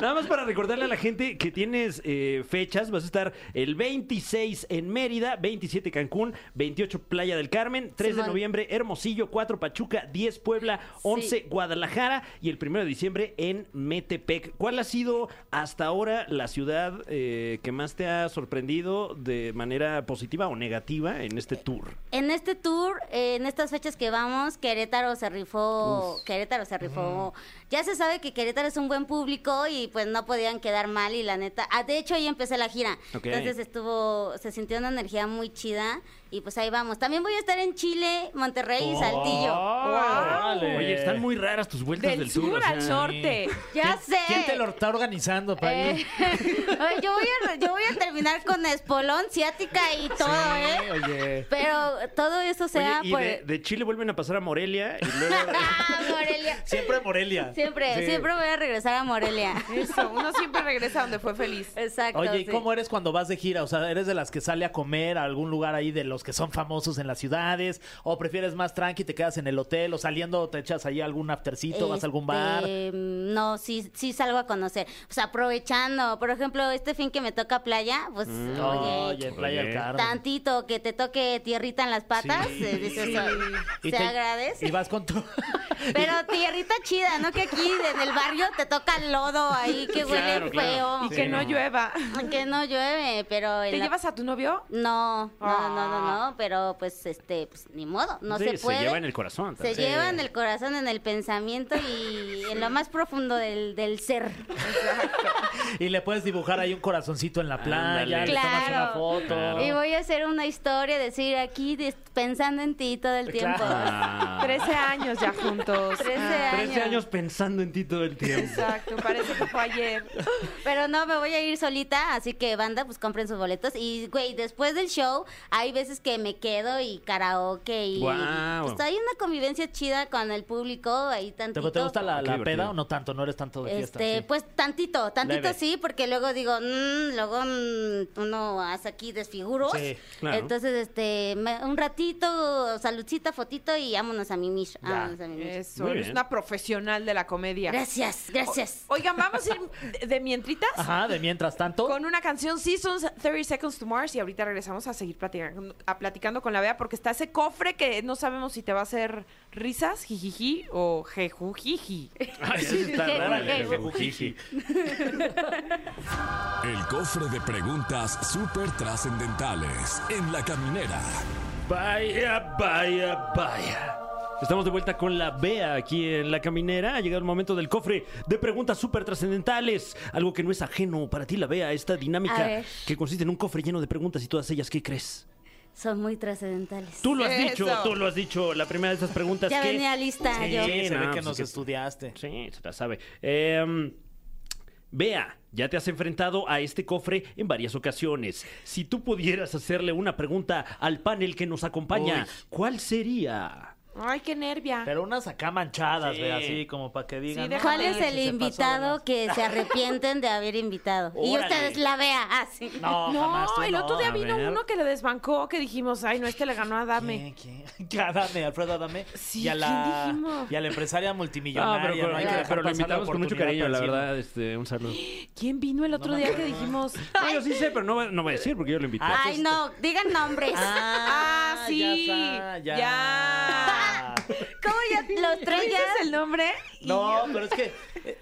Speaker 2: Nada más para recordarle a la gente que tienes eh, fechas, vas a estar el 26 en Mérida, 27 Cancún, 28 Playa del Carmen, 3 de
Speaker 4: Simón.
Speaker 2: noviembre Hermosillo, 4 Pachuca, 10 Puebla, 11
Speaker 4: Sí.
Speaker 2: Guadalajara y el 1 de diciembre en Metepec. ¿Cuál ha sido hasta ahora la ciudad eh, que más te ha sorprendido de manera positiva o negativa en este tour?
Speaker 4: En este tour, eh, en estas fechas que vamos, Querétaro se rifó, Querétaro se rifó. Ya se sabe que Querétaro es un buen público y pues no podían quedar mal y la neta, ah, de hecho ahí empecé la gira.
Speaker 2: Ok.
Speaker 4: Entonces estuvo, se sintió una energía muy chida y pues ahí vamos. También voy a estar en Chile, Monterrey
Speaker 3: Oh.
Speaker 4: y Saltillo.
Speaker 3: Órale.
Speaker 2: Oye, están muy raras tus vueltas del,
Speaker 1: Del sur
Speaker 2: o sea,
Speaker 1: al norte.
Speaker 4: Ya
Speaker 3: ¿Quién-
Speaker 4: sé.
Speaker 3: ¿Quién te lo está organizando para
Speaker 4: Eh,
Speaker 3: ir?
Speaker 4: ay, yo, voy a, yo voy a terminar con espolón, ciática y todo,
Speaker 3: Sí,
Speaker 4: ¿eh?
Speaker 3: Oye.
Speaker 4: Pero todo eso
Speaker 2: Oye,
Speaker 4: sea
Speaker 2: y
Speaker 4: por...
Speaker 2: de, de Chile vuelven a pasar a Morelia y luego...
Speaker 4: Ah, Morelia.
Speaker 3: Siempre Morelia.
Speaker 4: Siempre,
Speaker 3: Sí.
Speaker 4: siempre voy a regresar a Morelia.
Speaker 1: Eso, uno siempre regresa donde fue feliz.
Speaker 4: Exacto.
Speaker 3: Oye, ¿y
Speaker 4: sí.
Speaker 3: cómo eres cuando vas de gira? O sea, ¿eres de las que sale a comer a algún lugar ahí de los que son famosos en las ciudades? ¿O prefieres más tranqui, te quedas en el hotel? ¿O saliendo te echas ahí algún aftercito, vas a algún bar?
Speaker 4: Este, No, sí, sí salgo a conocer. Pues aprovechando, por ejemplo, este fin que me toca playa, pues oye,
Speaker 3: Mm, Oye, en Playa del
Speaker 2: Oye.
Speaker 3: Carmen.
Speaker 4: tantito que te toque tierrita en las patas,
Speaker 3: Sí.
Speaker 4: eh, dices,
Speaker 3: Y
Speaker 4: se
Speaker 3: te-
Speaker 4: agradece.
Speaker 3: Y vas con tu...
Speaker 4: Pero tierrita chida, ¿no? Que aquí en el barrio te toca el lodo ahí que huele
Speaker 2: Claro, claro.
Speaker 4: feo.
Speaker 1: Y que no, llueva.
Speaker 4: Que no llueve, pero... en
Speaker 1: ¿Te
Speaker 4: la-
Speaker 1: llevas a tu novio?
Speaker 4: No, no, no, no,
Speaker 1: Ah.
Speaker 4: no, pero pues este, pues ni modo, no
Speaker 2: Sí,
Speaker 4: se puede.
Speaker 2: lleva en el corazón.
Speaker 4: Se
Speaker 2: también.
Speaker 4: lleva en el corazón, en el pensamiento y en lo más profundo del, del ser.
Speaker 3: y le puedes dibujar ahí un corazoncito en la playa,
Speaker 2: Ándale.
Speaker 3: le tomas
Speaker 4: Claro.
Speaker 3: una foto.
Speaker 2: Claro.
Speaker 4: Y voy a hacer una historia, decir aquí des- pensando en ti todo el tiempo.
Speaker 2: Ah.
Speaker 1: 13 años ya juntos.
Speaker 4: 13
Speaker 1: Ah.
Speaker 2: 13 años pensando en ti todo el tiempo.
Speaker 1: Exacto, parece que fue ayer.
Speaker 4: Pero no, me voy a ir solita, así que banda, pues compren sus boletos. Y, güey, después del show hay veces que me quedo y karaoke y...
Speaker 2: Guau.
Speaker 4: Pues hay una convivencia chida con el público ahí
Speaker 3: ¿Te,
Speaker 4: tantito.
Speaker 3: te gusta la,
Speaker 2: Qué
Speaker 3: la
Speaker 2: divertido.
Speaker 3: peda o no tanto? ¿No eres tanto de fiesta?
Speaker 4: Este,
Speaker 3: Sí.
Speaker 4: pues tantito, tantito
Speaker 3: Leve.
Speaker 4: sí, porque luego digo, "Mm, luego mm, uno hace aquí desfiguros.
Speaker 3: Sí,
Speaker 2: claro.
Speaker 4: Entonces, este, me- un ratito, saludcita, fotito y vámonos a mimir.
Speaker 3: Ya.
Speaker 4: Vámonos a mimir.
Speaker 1: Eso,
Speaker 2: Muy
Speaker 1: eres
Speaker 2: bien.
Speaker 1: una profesional de la comedia.
Speaker 4: Gracias, gracias.
Speaker 1: O- Oigan, vamos a ir de- de mientritas
Speaker 3: Ajá, de mientras tanto.
Speaker 1: con una canción Seasons 30 Seconds to Mars y ahorita regresamos a seguir platicando, a platicando con la Bea porque está ese cofre que no sabemos si te va a hacer risas, jijiji o jejujiji.
Speaker 2: Ay, eso está
Speaker 4: sí,
Speaker 2: raro,
Speaker 4: sí,
Speaker 2: el
Speaker 4: sí.
Speaker 2: jejujiji.
Speaker 6: El cofre de preguntas súper trascendentales en la caminera.
Speaker 2: Vaya, vaya, vaya. Estamos de vuelta con la Bea aquí en La Caminera. Ha llegado el momento del cofre de preguntas súper trascendentales. Algo que no es ajeno para ti, la Bea, esta
Speaker 4: A
Speaker 2: dinámica
Speaker 4: ver.
Speaker 2: que consiste en un cofre lleno de preguntas y todas ellas, ¿qué crees?
Speaker 4: Son muy trascendentales.
Speaker 2: Tú lo has
Speaker 1: Eso.
Speaker 2: dicho, tú lo has dicho. La primera de estas preguntas
Speaker 4: Ya
Speaker 2: que...
Speaker 4: venía lista
Speaker 1: Ah,
Speaker 2: Sí,
Speaker 4: yo.
Speaker 3: Sí, se
Speaker 2: no,
Speaker 3: ve que
Speaker 2: pues
Speaker 3: nos
Speaker 2: es que-
Speaker 3: estudiaste.
Speaker 2: Sí, se la sabe. Eh, Vea, ya te has enfrentado a este cofre en varias ocasiones. Si tú pudieras hacerle una pregunta al panel que nos acompaña,
Speaker 3: Uy.
Speaker 2: ¿cuál sería?
Speaker 1: Ay, qué nervia.
Speaker 3: Pero unas acá manchadas,
Speaker 2: Sí.
Speaker 3: ve, así como para que digan.
Speaker 1: Ah. Sí,
Speaker 3: "No,
Speaker 1: déjame
Speaker 4: ¿Cuál
Speaker 1: ver
Speaker 4: es
Speaker 1: si
Speaker 4: el invitado que se arrepienten de haber invitado? Y
Speaker 2: Órale.
Speaker 4: ustedes la vean Ah, así.
Speaker 3: No, Oh, jamás.
Speaker 1: No,
Speaker 3: tú
Speaker 1: el otro día
Speaker 2: a
Speaker 1: vino
Speaker 2: ver.
Speaker 1: uno que le desbancó, que dijimos, ay, no, este le ganó a Dame.
Speaker 3: ¿Quién, quién? Que a Dame, Alfredo Adame.
Speaker 1: Sí,
Speaker 3: y, a la,
Speaker 1: ¿quién dijimos?
Speaker 3: y a la empresaria multimillonaria. No, hay que dejar
Speaker 2: Ah, pero lo
Speaker 3: pasar la
Speaker 2: invitamos con mucho
Speaker 3: oportunidad
Speaker 2: cariño,
Speaker 3: para
Speaker 2: la
Speaker 3: decirlo.
Speaker 2: verdad. Este, un saludo.
Speaker 1: ¿Quién vino el otro
Speaker 3: me
Speaker 1: día que
Speaker 3: acuerdo.
Speaker 1: dijimos?
Speaker 2: yo sí sé, pero no, va- no voy a decir porque yo lo invité.
Speaker 3: Ah,
Speaker 4: Ay, no, digan nombres.
Speaker 3: Ah,
Speaker 1: Ah, sí,
Speaker 3: Ya. sa-
Speaker 1: ya.
Speaker 4: ¿Cómo ya los
Speaker 1: ¿Tú
Speaker 4: tres
Speaker 1: dices
Speaker 4: ya?
Speaker 1: el nombre? Y-
Speaker 3: No, pero es que.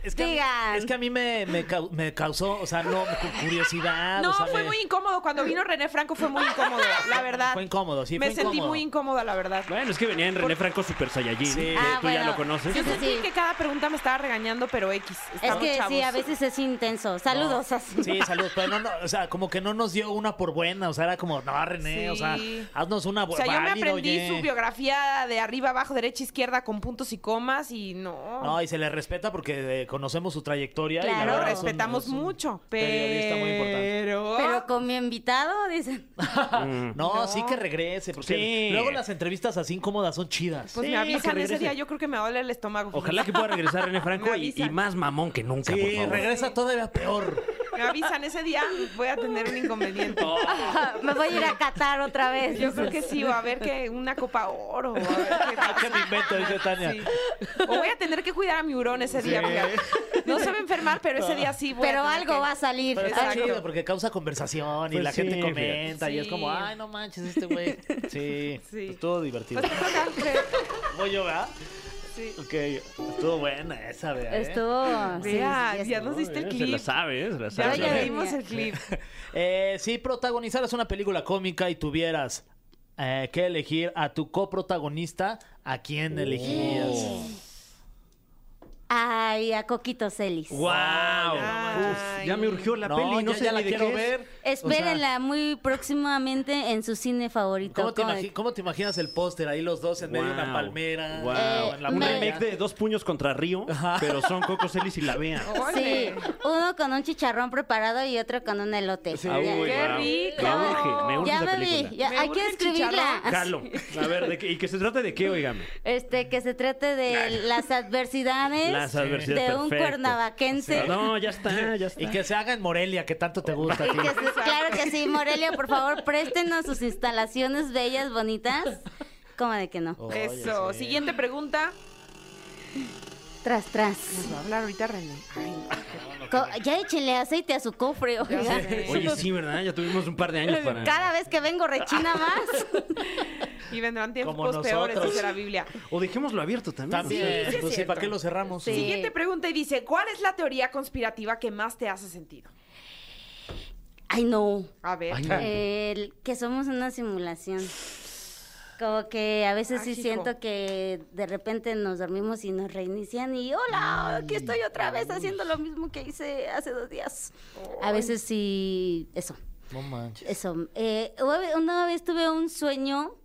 Speaker 3: Es que, a mí-
Speaker 4: Digan.
Speaker 3: es que a mí me, me, cau- me causó, o sea, no, cu- curiosidad.
Speaker 1: No,
Speaker 3: o sea,
Speaker 1: fue
Speaker 3: me-
Speaker 1: muy incómodo. Cuando vino René Franco fue muy incómodo, la verdad.
Speaker 3: Fue incómodo, sí,
Speaker 1: Me
Speaker 3: fue
Speaker 1: sentí
Speaker 3: incómodo.
Speaker 1: muy incómoda, la verdad.
Speaker 2: Bueno, es que venía en René Franco Super Saiyajin.
Speaker 3: Sí.
Speaker 2: que
Speaker 4: Ah,
Speaker 2: tú ya
Speaker 4: bueno.
Speaker 2: lo conoces.
Speaker 4: Sí, sí,
Speaker 1: Sentí que cada pregunta me estaba regañando, pero X.
Speaker 4: Es
Speaker 1: Estamos
Speaker 4: que
Speaker 1: chavos.
Speaker 4: sí, a veces es intenso. Saludos. así.
Speaker 3: Sí, saludos, pero no, no, o sea, como que no nos dio una por buena, o sea, era como, no, René,
Speaker 1: Sí.
Speaker 3: o sea, haznos una
Speaker 1: O
Speaker 3: buena.
Speaker 1: sea, yo me aprendí su biografía de arriba, abajo, derecha, izquierda, con puntos y comas, y no.
Speaker 3: No, y se le respeta porque eh, conocemos su trayectoria. y la
Speaker 4: Claro.
Speaker 1: lo
Speaker 3: verdad es un-
Speaker 1: respetamos
Speaker 3: es un
Speaker 1: mucho,
Speaker 3: periodista muy importante.
Speaker 1: pero...
Speaker 4: Pero con mi invitado, dicen.
Speaker 2: Mm.
Speaker 3: No,
Speaker 1: No.
Speaker 3: sí que regrese, porque
Speaker 2: Sí.
Speaker 3: luego las entrevistas así incómodas son chidas.
Speaker 1: Pues me
Speaker 2: Sí, que
Speaker 1: avisan
Speaker 2: regrese.
Speaker 1: ese día, yo creo que me duele el estómago.
Speaker 2: Ojalá que pueda regresar René Franco
Speaker 1: Me
Speaker 2: y,
Speaker 1: avisan.
Speaker 2: y más mamón que nunca, por
Speaker 3: Sí,
Speaker 2: favor.
Speaker 3: regresa todavía peor.
Speaker 1: Me avisan ese día, voy a tener un inconveniente.
Speaker 4: "Ah, Me voy a ir a Qatar otra vez.
Speaker 1: Yo creo que sí, va a haber que una copa oro. o a ver qué
Speaker 3: Ah,
Speaker 1: pasa.
Speaker 3: ¿Qué me invento? Dice Tania.
Speaker 1: Sí. O voy a tener que cuidar a mi hurón ese día.
Speaker 3: Sí.
Speaker 1: fíjate. No se me enferme caer mal, pero ese día sí voy a
Speaker 4: Pero
Speaker 1: tener
Speaker 4: algo
Speaker 1: que-
Speaker 4: va a salir.
Speaker 3: Pero está
Speaker 1: Exacto.
Speaker 3: chido porque causa conversación y
Speaker 2: Pues
Speaker 3: la
Speaker 2: sí,
Speaker 3: gente
Speaker 2: fíjate.
Speaker 3: comenta y es
Speaker 1: Sí.
Speaker 3: como, ay, no manches, este güey. Sí,
Speaker 1: Sí.
Speaker 3: estuvo divertido.
Speaker 1: Pues te toca, creo.
Speaker 3: Voy yo, ¿verdad?
Speaker 1: Sí.
Speaker 3: Ok, estuvo buena esa, ¿verdad? eh?
Speaker 4: Estuvo. sí,
Speaker 1: Vea,
Speaker 4: sí, sí,
Speaker 1: ya nos diste el
Speaker 2: Eh, Se la
Speaker 1: clip.
Speaker 2: sabes, la
Speaker 1: Ya
Speaker 2: sabes.
Speaker 4: sabe.
Speaker 1: le dimos el clip.
Speaker 3: Eh, si protagonizaras una película cómica y tuvieras eh, que elegir a tu coprotagonista, ¿a quién
Speaker 2: Oh.
Speaker 3: elegirías?
Speaker 4: Ay, a Coquito Celis.
Speaker 3: ¡Wow!
Speaker 1: Ay.
Speaker 2: ya me urgió la
Speaker 3: No,
Speaker 2: peli, no
Speaker 3: ya-
Speaker 2: sé
Speaker 3: ya
Speaker 2: ni
Speaker 3: la
Speaker 2: de
Speaker 3: quiero
Speaker 2: qué es.
Speaker 3: ver.
Speaker 4: Espérenla muy próximamente en su cine favorito.
Speaker 3: ¿Cómo te,
Speaker 4: Como-
Speaker 3: imagi- cómo te imaginas el póster ahí los dos en medio de una
Speaker 2: Wow.
Speaker 3: palmera?
Speaker 2: Wow.
Speaker 4: Eh,
Speaker 3: o en la
Speaker 2: un
Speaker 4: me-
Speaker 3: playa?
Speaker 2: remake de dos puños contra Río, pero son Coco Celis y la vea.
Speaker 4: Sí,
Speaker 1: Ole.
Speaker 4: uno con un chicharrón preparado y otro con un elote.
Speaker 3: Sí.
Speaker 4: Ya-
Speaker 3: Ah, uy,
Speaker 1: Qué
Speaker 2: wow.
Speaker 1: rico.
Speaker 2: Me urge, me urge
Speaker 4: ya
Speaker 2: esa
Speaker 4: me
Speaker 2: película.
Speaker 4: vi, ya,
Speaker 1: Me
Speaker 4: hay que
Speaker 1: urge el
Speaker 4: escribirla.
Speaker 1: chicharrón.
Speaker 2: Jalo. A ver, ¿de qué- ¿y que se trata de qué, oígame?
Speaker 4: Este, que se trate de las adversidades,
Speaker 2: Las adversidades,
Speaker 4: de un
Speaker 2: perfecto.
Speaker 4: cuernavaquense.
Speaker 2: No, ya está, ya está.
Speaker 3: Y que se haga en Morelia, que tanto te gusta a ti.
Speaker 4: Que sí, claro que sí, Morelia, por favor, préstenos sus instalaciones bellas, bonitas. ¿Cómo de que no?
Speaker 3: Oye,
Speaker 1: Eso.
Speaker 3: sí.
Speaker 1: Siguiente pregunta.
Speaker 4: Tras, tras.
Speaker 1: Nos va a hablar ahorita René.
Speaker 4: Co- ya échenle aceite a su cofre, oiga.
Speaker 1: sé.
Speaker 2: Oye, sí, ¿verdad? Ya tuvimos un par de años para...
Speaker 4: Cada vez que vengo rechina más.
Speaker 1: Y vendrán tiempos
Speaker 3: Como
Speaker 1: peores,
Speaker 3: nosotros.
Speaker 1: dice la Biblia.
Speaker 2: O dejémoslo abierto también.
Speaker 3: También,
Speaker 1: Sí, sí es
Speaker 3: pues sí,
Speaker 1: cierto.
Speaker 3: ¿para qué lo cerramos?
Speaker 4: Sí.
Speaker 1: Siguiente pregunta y dice, ¿cuál es la teoría conspirativa que más te hace sentido?
Speaker 4: Ay, no.
Speaker 1: A ver.
Speaker 2: Ay,
Speaker 4: El- que somos una simulación. Como que a veces sí
Speaker 1: Ajijo.
Speaker 4: siento que de repente nos dormimos y nos reinician y hola, aquí estoy otra vez haciendo lo mismo que hice hace dos días. A veces sí, eso.
Speaker 3: No manches.
Speaker 4: Eso. eh, una ve- una vez tuve un sueño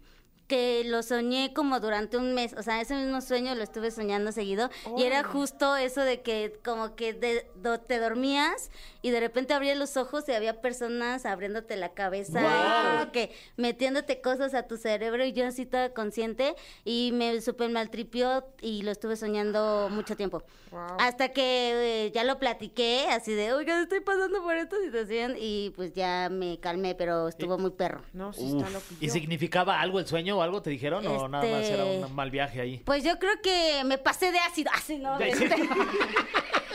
Speaker 4: que lo soñé como durante un mes. O sea, ese mismo sueño lo estuve soñando seguido. Y era justo eso de que como que de- do- te dormías y de repente abrías los ojos y había personas abriéndote la cabeza y como que metiéndote cosas a tu cerebro y yo así toda consciente y me super maltripió y lo estuve soñando mucho tiempo.
Speaker 1: Wow.
Speaker 4: Hasta que eh, ya lo platiqué, así de, oiga, estoy pasando por esta situación y pues ya me calmé, pero estuvo muy perro.
Speaker 1: No, sí está loco.
Speaker 3: ¿Y significaba algo el sueño o algo te dijeron o nada más era
Speaker 4: Este-
Speaker 3: un mal viaje ahí?
Speaker 4: Pues yo creo que me pasé de ácido. Así no.
Speaker 3: Ya,
Speaker 4: este,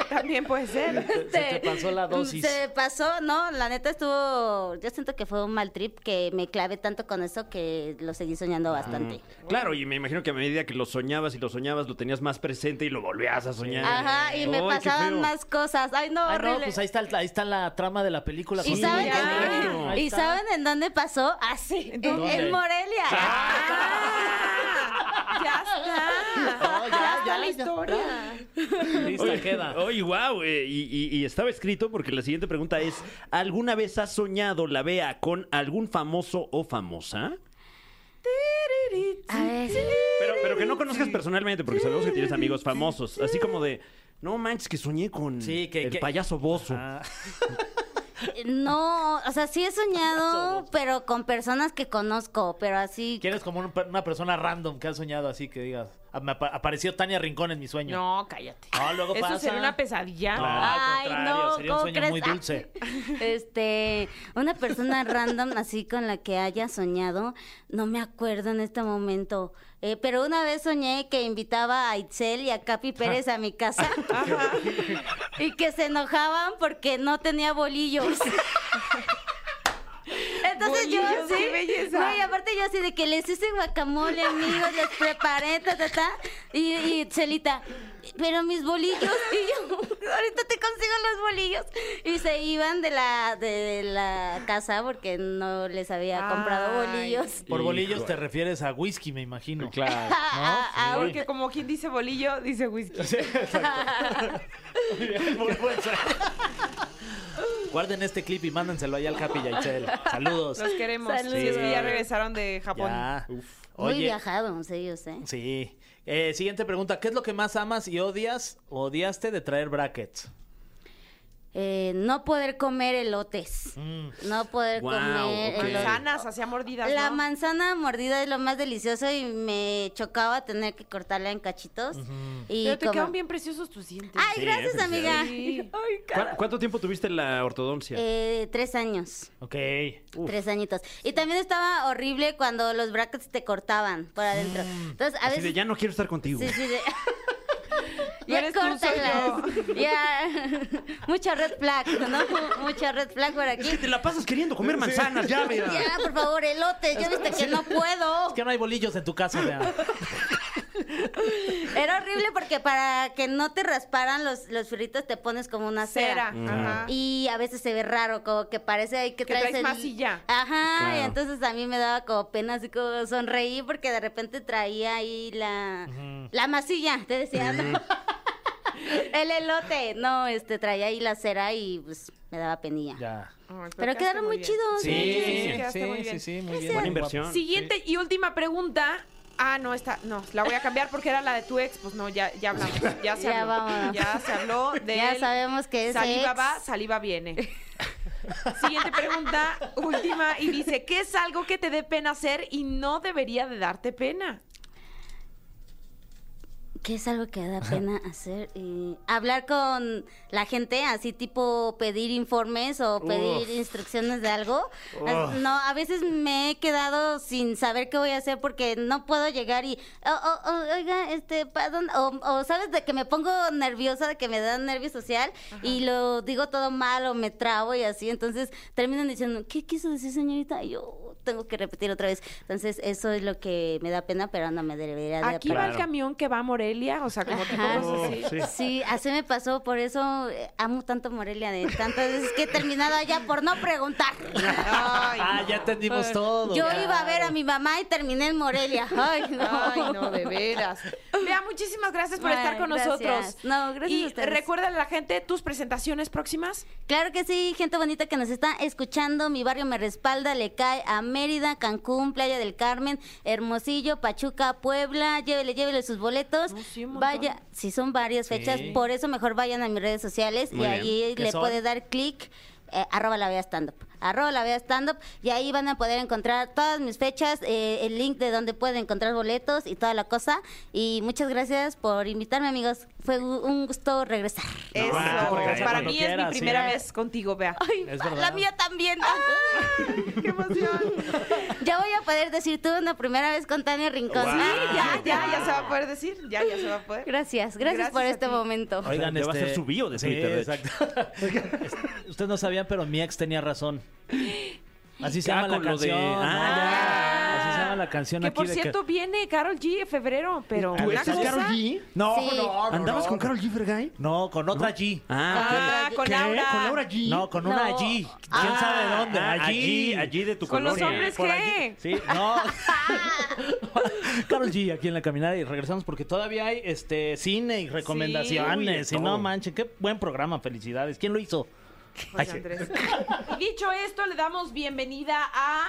Speaker 1: También puede ser.
Speaker 3: Se te pasó la dosis.
Speaker 4: Se me pasó, no, la neta estuvo. Yo siento que fue un mal trip que me clavé tanto con eso que lo seguí soñando bastante.
Speaker 2: Mm. Claro, y me imagino que a medida que lo soñabas y lo soñabas, lo tenías más presente y lo volvías a soñar.
Speaker 4: Ajá, y me
Speaker 2: Ay, qué feo.
Speaker 4: pasaban más cosas. Ay, no,
Speaker 3: Ah, no,
Speaker 4: horrible.
Speaker 3: pues ahí está, el- ahí está la trama de la película.
Speaker 4: ¿Y,
Speaker 3: con-
Speaker 4: saben,
Speaker 1: ya,
Speaker 4: en-
Speaker 1: claro.
Speaker 3: Ahí
Speaker 4: ¿y
Speaker 3: está.
Speaker 4: saben en dónde pasó? Así, en,
Speaker 3: dónde?
Speaker 4: en Morelia.
Speaker 1: Ah, ya está.
Speaker 3: No, Oh, ya,
Speaker 1: ya
Speaker 3: ya,
Speaker 1: está la
Speaker 3: ya. Ah.
Speaker 1: historia.
Speaker 3: Lista,
Speaker 2: Oye, oh,
Speaker 3: queda.
Speaker 2: Oye, wow, y, y- y estaba escrito porque la siguiente pregunta es: ¿Alguna vez has soñado la vea con algún famoso o famosa?
Speaker 4: A ver.
Speaker 2: Pero, pero que no conozcas personalmente, porque sabemos que tienes amigos famosos. Así como de: No manches, que soñé con
Speaker 3: Sí, que-
Speaker 2: el
Speaker 3: que-
Speaker 2: payaso bozo.
Speaker 3: Ah,
Speaker 4: No, o sea, sí he soñado, pero con personas que conozco, pero así.
Speaker 3: ¿Quién es como un per- una persona random que ha soñado así que digas? "Ah, Me apa- apareció Tania Rincón en mi sueño.
Speaker 1: No, cállate.
Speaker 3: Ah, luego
Speaker 1: Eso
Speaker 3: pasa.
Speaker 1: sería una pesadilla.
Speaker 3: No, al contrario, sería un
Speaker 4: ¿cómo
Speaker 3: sueño muy dulce.
Speaker 4: Este, una persona random así con la que haya soñado, no me acuerdo en este momento. Eh, pero una vez soñé que invitaba a Itzel y a Capi Pérez a mi casa y que se enojaban porque no tenía bolillos. Entonces
Speaker 1: Bolillos,
Speaker 4: yo sí,
Speaker 1: qué belleza.
Speaker 4: güey, aparte yo así de que les hice guacamole, amigos, les preparé, ta, ta, ta, y, y Chelita, pero mis bolillos, y yo, ahorita te consigo los bolillos, y se iban de la, de la casa porque no les había comprado
Speaker 1: Ay.
Speaker 4: bolillos.
Speaker 3: Por bolillos
Speaker 2: Híjole.
Speaker 3: te refieres a whisky, me imagino.
Speaker 2: Claro.
Speaker 4: Ah, ah, ah,
Speaker 1: Porque como quien dice bolillo, dice whisky.
Speaker 3: Muy bien, muy buen sueño. Guarden este clip y mándenselo ahí al Capi y a Itzel. Saludos.
Speaker 1: Los queremos.
Speaker 4: Saludos.
Speaker 1: Si es que ya regresaron de Japón.
Speaker 3: Ya.
Speaker 4: muy
Speaker 3: Oye,
Speaker 4: viajados ellos, ¿eh?
Speaker 3: sí. Eh, siguiente pregunta. ¿Qué es lo que más amas y odias? ¿Odiaste de traer brackets?
Speaker 4: Eh, No poder comer elotes, no poder
Speaker 2: Wow,
Speaker 4: comer
Speaker 2: Mm. ok.
Speaker 4: elotes.
Speaker 1: Manzanas, hacía mordidas.
Speaker 4: Eh, La
Speaker 1: ¿no?
Speaker 4: manzana mordida es lo más delicioso y me chocaba tener que cortarla en cachitos. y
Speaker 1: Pero te
Speaker 4: como-
Speaker 1: quedan bien preciosos tus dientes.
Speaker 4: Ay,
Speaker 2: Sí,
Speaker 4: gracias,
Speaker 2: ¿eh?
Speaker 4: amiga.
Speaker 1: Sí.
Speaker 2: ¿Cu- ¿Cuánto tiempo tuviste la ortodoncia?
Speaker 4: Eh, tres años,
Speaker 3: Ok.
Speaker 4: tres añitos. Y también estaba horrible cuando los brackets te cortaban por adentro. Entonces, a
Speaker 2: Así
Speaker 4: veces...
Speaker 2: de ya no quiero estar contigo.
Speaker 4: Sí, sí, de-
Speaker 1: No
Speaker 4: Ya
Speaker 1: eres tú, soy
Speaker 4: córtalas. Ya. Mucha red flag, ¿no? Mucha red flag por aquí.
Speaker 2: Te la pasas queriendo comer manzanas, ya, mira.
Speaker 4: Ya, por favor, elote. Ya viste que no puedo.
Speaker 3: Es que no hay bolillos en tu casa, vea.
Speaker 4: Era horrible porque para que no te rasparan los, los fierritos te pones como una
Speaker 1: Cera.
Speaker 4: cera.
Speaker 1: Ajá.
Speaker 4: Y a veces se ve raro, como que parece ahí que,
Speaker 1: Que traes masilla.
Speaker 4: Ajá,
Speaker 2: Claro.
Speaker 4: y entonces a mí me daba como pena, así como sonreí porque de repente traía ahí la, la masilla, te decía. ¿no? El elote, no, este, traía ahí la cera y pues me daba penilla.
Speaker 3: Ya.
Speaker 1: Ay,
Speaker 4: Pero
Speaker 1: quedaste
Speaker 4: quedaron muy,
Speaker 1: bien.
Speaker 4: chidos.
Speaker 1: Sí, sí, sí,
Speaker 3: sí,
Speaker 1: quedaste muy
Speaker 3: sí,
Speaker 1: bien.
Speaker 3: sí, sí, muy bien.
Speaker 2: Buena inversión.
Speaker 1: Ah, Siguiente y última pregunta. Ah, no, esta, no, la voy a cambiar porque era la de tu ex. Pues no, ya, ya hablamos. Ya se
Speaker 4: Ya
Speaker 1: habló.
Speaker 4: vámonos.
Speaker 1: Ya se habló de.
Speaker 4: Ya sabemos que es
Speaker 1: Saliva
Speaker 4: ex.
Speaker 1: va, saliva viene. Siguiente pregunta, última, y dice: ¿Qué es algo que te dé pena hacer y no debería de darte pena?
Speaker 4: ¿Qué es algo que da pena hacer? Eh, hablar con la gente, así tipo pedir informes o pedir instrucciones de algo. As- No, a veces me he quedado sin saber qué voy a hacer porque no puedo llegar y, "Oh, oh, oh, oiga, este, perdón, o, o, sabes de que me pongo nerviosa, de que me da nervio social y lo digo todo mal o me trabo y así. Entonces terminan diciendo, ¿qué quiso decir señorita? Y Yo tengo que repetir otra vez. Entonces eso es lo que me da pena, pero no me debería de
Speaker 1: Aquí
Speaker 4: pena.
Speaker 1: va el camión que va a Morelia, o sea, como tipo
Speaker 4: Ajá.
Speaker 2: Oh,
Speaker 1: cosas así.
Speaker 4: Sí. así me pasó, por eso eh, amo tanto Morelia de tantas veces que he terminado allá por no preguntar.
Speaker 1: Ay,
Speaker 3: Ah, ya entendimos todo.
Speaker 4: Yo
Speaker 3: claro.
Speaker 4: iba a ver a mi mamá y terminé en Morelia. Ay, no.
Speaker 1: Ay, no, de veras. Vea, muchísimas gracias por
Speaker 4: Ay,
Speaker 1: estar con
Speaker 4: gracias.
Speaker 1: nosotros.
Speaker 4: No, gracias
Speaker 1: Y
Speaker 4: a ustedes.
Speaker 1: recuerda a la gente tus presentaciones próximas.
Speaker 4: Claro que sí, gente bonita que nos está escuchando. Mi barrio me respalda, le cae a Mérida, Cancún, Playa del Carmen, Hermosillo, Pachuca, Puebla. Llévele, llévele sus boletos.
Speaker 1: No, sí, un montón.
Speaker 4: Vaya, si son varias fechas,
Speaker 3: Sí.
Speaker 4: por eso mejor vayan a mis redes sociales
Speaker 2: Muy
Speaker 4: y
Speaker 2: bien.
Speaker 4: ahí
Speaker 3: ¿Qué
Speaker 4: le
Speaker 3: son?
Speaker 4: puede dar clic. eh, arroba la vea stand up arroba la vea stand up y ahí van a poder encontrar todas mis fechas eh, el link de donde pueden encontrar boletos y toda la cosa y muchas gracias por invitarme amigos fue u- un gusto regresar
Speaker 1: Eso.
Speaker 3: ah, por favor,
Speaker 1: Para
Speaker 3: cuando
Speaker 1: mí es
Speaker 3: quieras,
Speaker 1: mi
Speaker 3: sí.
Speaker 1: primera vez contigo, Vea. Ay,
Speaker 3: Es verdad.
Speaker 4: la mía también
Speaker 1: qué emoción.
Speaker 4: Ya voy a poder decir tuve una primera vez con Tania Rincón.
Speaker 2: Wow.
Speaker 1: Sí,
Speaker 3: Ah,
Speaker 1: ya, ya, ya se va a poder decir. Ya, ya se va a poder.
Speaker 4: Gracias,
Speaker 1: Gracias
Speaker 4: gracias, por
Speaker 1: a
Speaker 4: este
Speaker 1: ti.
Speaker 4: momento.
Speaker 2: Oigan, ya va a ser su bio de Twitter, de hecho.
Speaker 3: este, exacto. Es- Ustedes no sabían, pero mi ex tenía razón. Así se
Speaker 2: Ah,
Speaker 3: llama la
Speaker 2: con lo de-
Speaker 3: canción.
Speaker 2: ah,
Speaker 3: ya. Así se llama la canción
Speaker 1: Que
Speaker 3: aquí.
Speaker 1: por
Speaker 3: de que- Ah,
Speaker 1: cierto viene Carol G en febrero, pero
Speaker 2: ¿Tu
Speaker 1: una
Speaker 2: ex es
Speaker 1: cosa.
Speaker 2: Karol G?
Speaker 3: No,
Speaker 4: Sí.
Speaker 3: no, no,
Speaker 2: ¿Andabas
Speaker 3: no.
Speaker 2: con Carol G, Fergay?
Speaker 3: No, con otra G.
Speaker 1: Ah,
Speaker 4: ¿Qué?
Speaker 1: con
Speaker 2: ¿Qué?
Speaker 1: Laura.
Speaker 2: ¿Con Laura G?
Speaker 3: No, con una
Speaker 4: No.
Speaker 3: allí. ¿Quién
Speaker 4: Ah,
Speaker 3: sabe dónde?
Speaker 2: Ah,
Speaker 3: Allí.
Speaker 2: allí, allí de tu
Speaker 1: Con los
Speaker 2: colonia.
Speaker 1: hombres
Speaker 3: por
Speaker 1: qué?
Speaker 3: Sí, no. Carol G aquí en la caminada y regresamos porque todavía hay este cine y recomendaciones.
Speaker 2: Sí.
Speaker 3: y no
Speaker 2: Todo.
Speaker 3: manchen, qué buen programa, felicidades. ¿Quién lo hizo?
Speaker 1: Pues,
Speaker 3: Ay,
Speaker 1: Andrés. Y dicho esto, le damos bienvenida a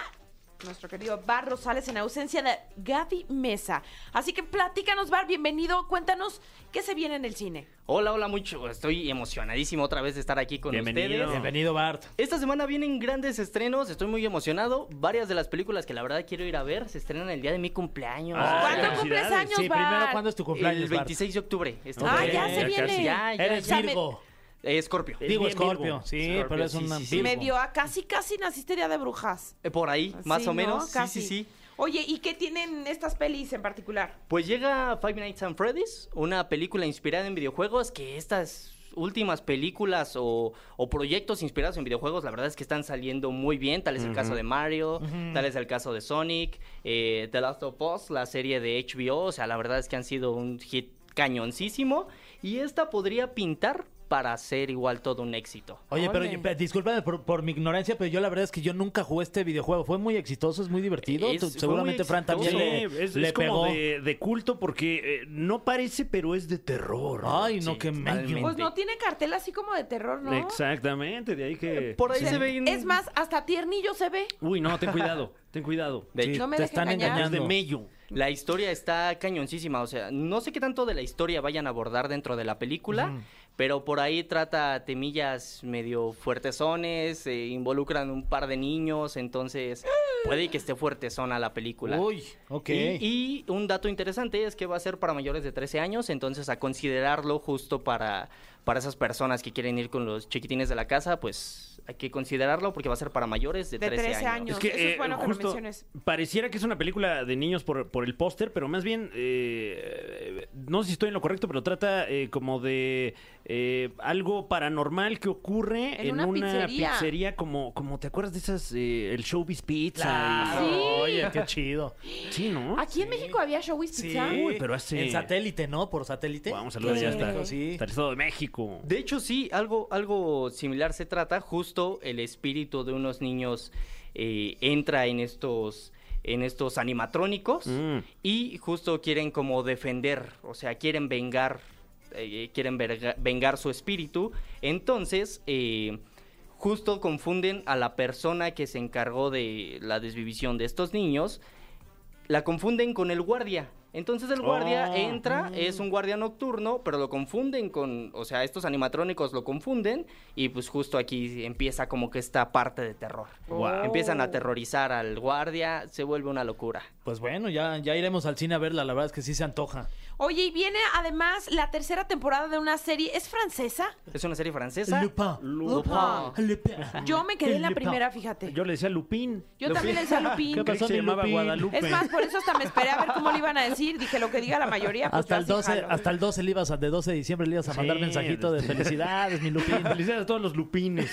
Speaker 1: nuestro querido Bar Rosales en ausencia de Gaby Mesa. Así que platícanos, Bar, bienvenido. Cuéntanos qué se viene en el cine.
Speaker 5: Hola, hola, mucho. Estoy emocionadísimo otra vez de estar aquí con
Speaker 2: Bienvenido.
Speaker 5: ustedes.
Speaker 3: Bienvenido, Bart.
Speaker 5: Esta semana vienen grandes estrenos, estoy muy emocionado. Varias de las películas que la verdad quiero ir a ver se estrenan el día de mi cumpleaños.
Speaker 2: Ah,
Speaker 1: ¿Cuándo
Speaker 2: felicidades.
Speaker 1: cumples años,
Speaker 3: Sí,
Speaker 1: Bar?
Speaker 3: primero, ¿cuándo es tu cumpleaños?
Speaker 5: el
Speaker 3: Bart?
Speaker 5: 26 de octubre. Este
Speaker 1: Ah,
Speaker 5: mes.
Speaker 1: ya se
Speaker 2: Ya
Speaker 1: viene.
Speaker 2: casi.
Speaker 5: Ya, ya,
Speaker 3: Eres
Speaker 5: ya.
Speaker 3: Virgo.
Speaker 5: Eh, Scorpio.
Speaker 3: Digo
Speaker 2: bien Virgo.
Speaker 3: Scorpio, sí,
Speaker 5: Scorpio,
Speaker 3: pero es
Speaker 5: sí,
Speaker 3: un
Speaker 5: sí, sí.
Speaker 1: Me dio a casi, casi naciste día de brujas.
Speaker 5: Eh, Por ahí, más
Speaker 1: Sí,
Speaker 5: o
Speaker 1: ¿no?
Speaker 5: menos. Sí,
Speaker 1: Casi.
Speaker 5: sí, sí.
Speaker 1: Oye, ¿y qué tienen estas pelis en particular?
Speaker 5: Pues llega Five Nights at Freddy's, una película inspirada en videojuegos que estas últimas películas o, o proyectos inspirados en videojuegos, la verdad es que están saliendo muy bien. Tal es el caso de Mario, tal es el caso de Sonic, eh, The Last of Us, la serie de HBO, o sea, la verdad es que han sido un hit cañoncísimo y esta podría pintar para ser igual todo un éxito.
Speaker 3: Oye, pero
Speaker 1: Ole.
Speaker 3: pe- discúlpame por, por mi ignorancia, pero yo la verdad es que yo nunca jugué este videojuego. Fue muy exitoso, es muy divertido.
Speaker 5: Es-
Speaker 3: Tú-
Speaker 5: fue
Speaker 3: seguramente
Speaker 5: muy
Speaker 3: Fran también le,
Speaker 5: exitoso.
Speaker 2: Sí, es,
Speaker 3: le
Speaker 2: es
Speaker 3: pegó.
Speaker 2: como de, de culto porque eh, no parece, pero es de terror.
Speaker 3: Ay, no,
Speaker 5: Sí,
Speaker 3: qué
Speaker 5: totalmente.
Speaker 3: mello.
Speaker 1: Pues no tiene cartel así como de terror, Ah, ¿no?
Speaker 2: Exactamente, de ahí que...
Speaker 5: Por ahí se ven...
Speaker 1: Es más, hasta tiernillo se ve.
Speaker 2: Uy, no, ten cuidado, ten cuidado.
Speaker 5: De hecho,
Speaker 1: No me
Speaker 3: te
Speaker 1: dejes
Speaker 3: están
Speaker 1: engañar.
Speaker 2: Es de
Speaker 3: engañando.
Speaker 2: mello.
Speaker 5: La historia está cañoncísima, o sea, no sé qué tanto de la historia vayan a abordar dentro de la película, pero por ahí trata temillas medio fuertezones, eh, involucran un par de niños, entonces puede que esté fuertezona la película.
Speaker 3: Uy, ok.
Speaker 5: Y, y un dato interesante es que va a ser para mayores de 13 años, entonces a considerarlo justo para, para esas personas que quieren ir con los chiquitines de la casa, pues hay que considerarlo porque va a ser para mayores de,
Speaker 1: De
Speaker 5: 13,
Speaker 1: 13
Speaker 5: años.
Speaker 1: años. Eso es bueno que lo menciones.
Speaker 2: eh, Pareciera que es una película de niños por, por el póster, pero más bien, eh, no sé si estoy en lo correcto, pero trata eh, como de eh, algo paranormal que ocurre en,
Speaker 1: En una pizzería.
Speaker 2: como, como, ¿te acuerdas de esas, eh, el Showbiz Pizza?
Speaker 3: Claro,
Speaker 1: Sí. Ah,
Speaker 3: oye, qué chido.
Speaker 2: y- sí, ¿no?
Speaker 1: Aquí en México había Showbiz Pizza.
Speaker 2: Uy, pero hace-
Speaker 3: En satélite, ¿no? Por satélite.
Speaker 2: Vamos a saludar ya hasta,
Speaker 3: Sí.
Speaker 2: hasta el Estado de México.
Speaker 5: De hecho, sí, algo, algo similar se trata. Justo el espíritu de unos niños eh, entra en estos, en estos animatrónicos
Speaker 2: Mm.
Speaker 5: y justo quieren como defender, o sea, quieren vengar, eh, quieren verga- vengar su espíritu. Entonces, eh, justo confunden a la persona que se encargó de la desvivisión de estos niños, la confunden con el guardia. Entonces el guardia
Speaker 2: Oh.
Speaker 5: entra, es un guardia nocturno, pero lo confunden con, o sea, estos animatrónicos lo confunden y pues justo aquí empieza como que esta parte de terror.
Speaker 2: Wow.
Speaker 5: Empiezan a aterrorizar al guardia, se vuelve una locura.
Speaker 3: Pues bueno, ya, ya iremos al cine a verla. La verdad es que sí se antoja.
Speaker 1: Oye, y viene además la tercera temporada de una serie. ¿Es francesa?
Speaker 5: Es una serie francesa.
Speaker 3: Lupin. Lupin.
Speaker 1: Yo me quedé en la
Speaker 3: Lupin.
Speaker 1: primera, fíjate. Yo,
Speaker 2: Yo le decía Lupín.
Speaker 1: también le decía Lupín.
Speaker 2: ¿Qué
Speaker 3: ¿Qué
Speaker 2: pasó?
Speaker 3: pasó,
Speaker 2: Se
Speaker 3: mi
Speaker 2: llamaba
Speaker 3: Lupín?
Speaker 2: Guadalupe.
Speaker 1: Es más, por eso hasta me esperé a ver cómo le iban a decir. Dije lo que diga la mayoría. pues, yo
Speaker 3: Hasta el,
Speaker 1: así
Speaker 3: 12,
Speaker 1: jalo.
Speaker 3: hasta el 12 le ibas a, de 12 de diciembre le ibas a mandar
Speaker 2: Sí,
Speaker 3: mensajito de
Speaker 2: este-
Speaker 3: felicidades, mi Lupín.
Speaker 2: Felicidades a todos los Lupines.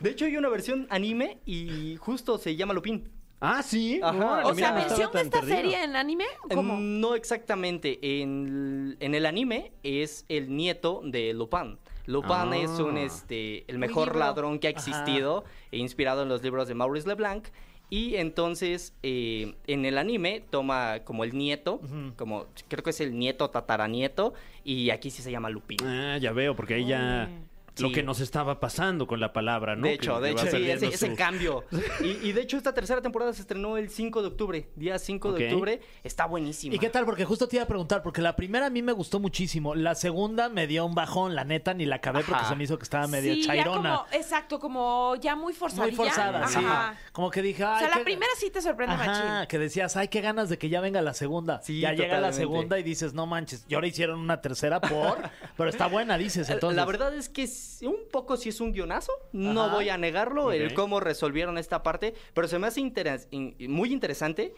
Speaker 5: De hecho hay una versión anime y justo se llama Lupin.
Speaker 2: ah, sí.
Speaker 5: Ajá.
Speaker 2: Órale,
Speaker 1: O
Speaker 2: mira,
Speaker 1: sea,
Speaker 2: no estaba
Speaker 1: mención de
Speaker 2: tan
Speaker 1: esta
Speaker 2: perdido.
Speaker 1: serie en anime, ¿cómo?
Speaker 5: No exactamente. En, en el anime es el nieto de Lupin. Lupin
Speaker 2: Ah.
Speaker 5: es un este el mejor
Speaker 1: libro.
Speaker 5: ladrón que ha existido, e inspirado en los libros de Maurice Leblanc. Y entonces eh, en el anime toma como el nieto, como creo que es el nieto tataranieto, y aquí sí se llama Lupin.
Speaker 2: Ah, ya veo, porque ahí ya lo
Speaker 5: Sí.
Speaker 2: que nos estaba pasando con la palabra, ¿no?
Speaker 5: De
Speaker 2: Que-
Speaker 5: hecho,
Speaker 2: que
Speaker 5: de
Speaker 2: va
Speaker 5: hecho, sí,
Speaker 2: perdiendo
Speaker 5: ese, ese
Speaker 2: su-
Speaker 5: cambio. Y, y de hecho, esta tercera temporada se estrenó el 5 de octubre, día 5
Speaker 2: Ok.
Speaker 5: de octubre. Está buenísima.
Speaker 3: ¿Y qué tal? Porque justo te iba a preguntar, porque la primera a mí me gustó muchísimo. La segunda me dio un bajón, la neta, ni la acabé porque
Speaker 5: Ajá.
Speaker 3: se me hizo que estaba medio
Speaker 1: sí, ya
Speaker 3: chairona.
Speaker 1: como, exacto, como ya muy forzada.
Speaker 3: Muy forzada, sí.
Speaker 1: Ajá.
Speaker 3: Como que dije, ay.
Speaker 1: O sea, la
Speaker 3: qué-
Speaker 1: primera sí te sorprende
Speaker 3: Ajá,
Speaker 1: machín.
Speaker 3: que decías, ay, qué ganas de que ya venga la segunda.
Speaker 5: Sí,
Speaker 3: ya llega la
Speaker 5: totalmente.
Speaker 3: segunda y dices, no manches, y ahora hicieron una tercera por, pero está buena, dices. Entonces,
Speaker 5: La verdad es que sí, un poco sí es un guionazo, no
Speaker 3: Ajá.
Speaker 5: voy a negarlo,
Speaker 2: Ok.
Speaker 5: el cómo resolvieron esta parte, pero se me hace interes- in- muy interesante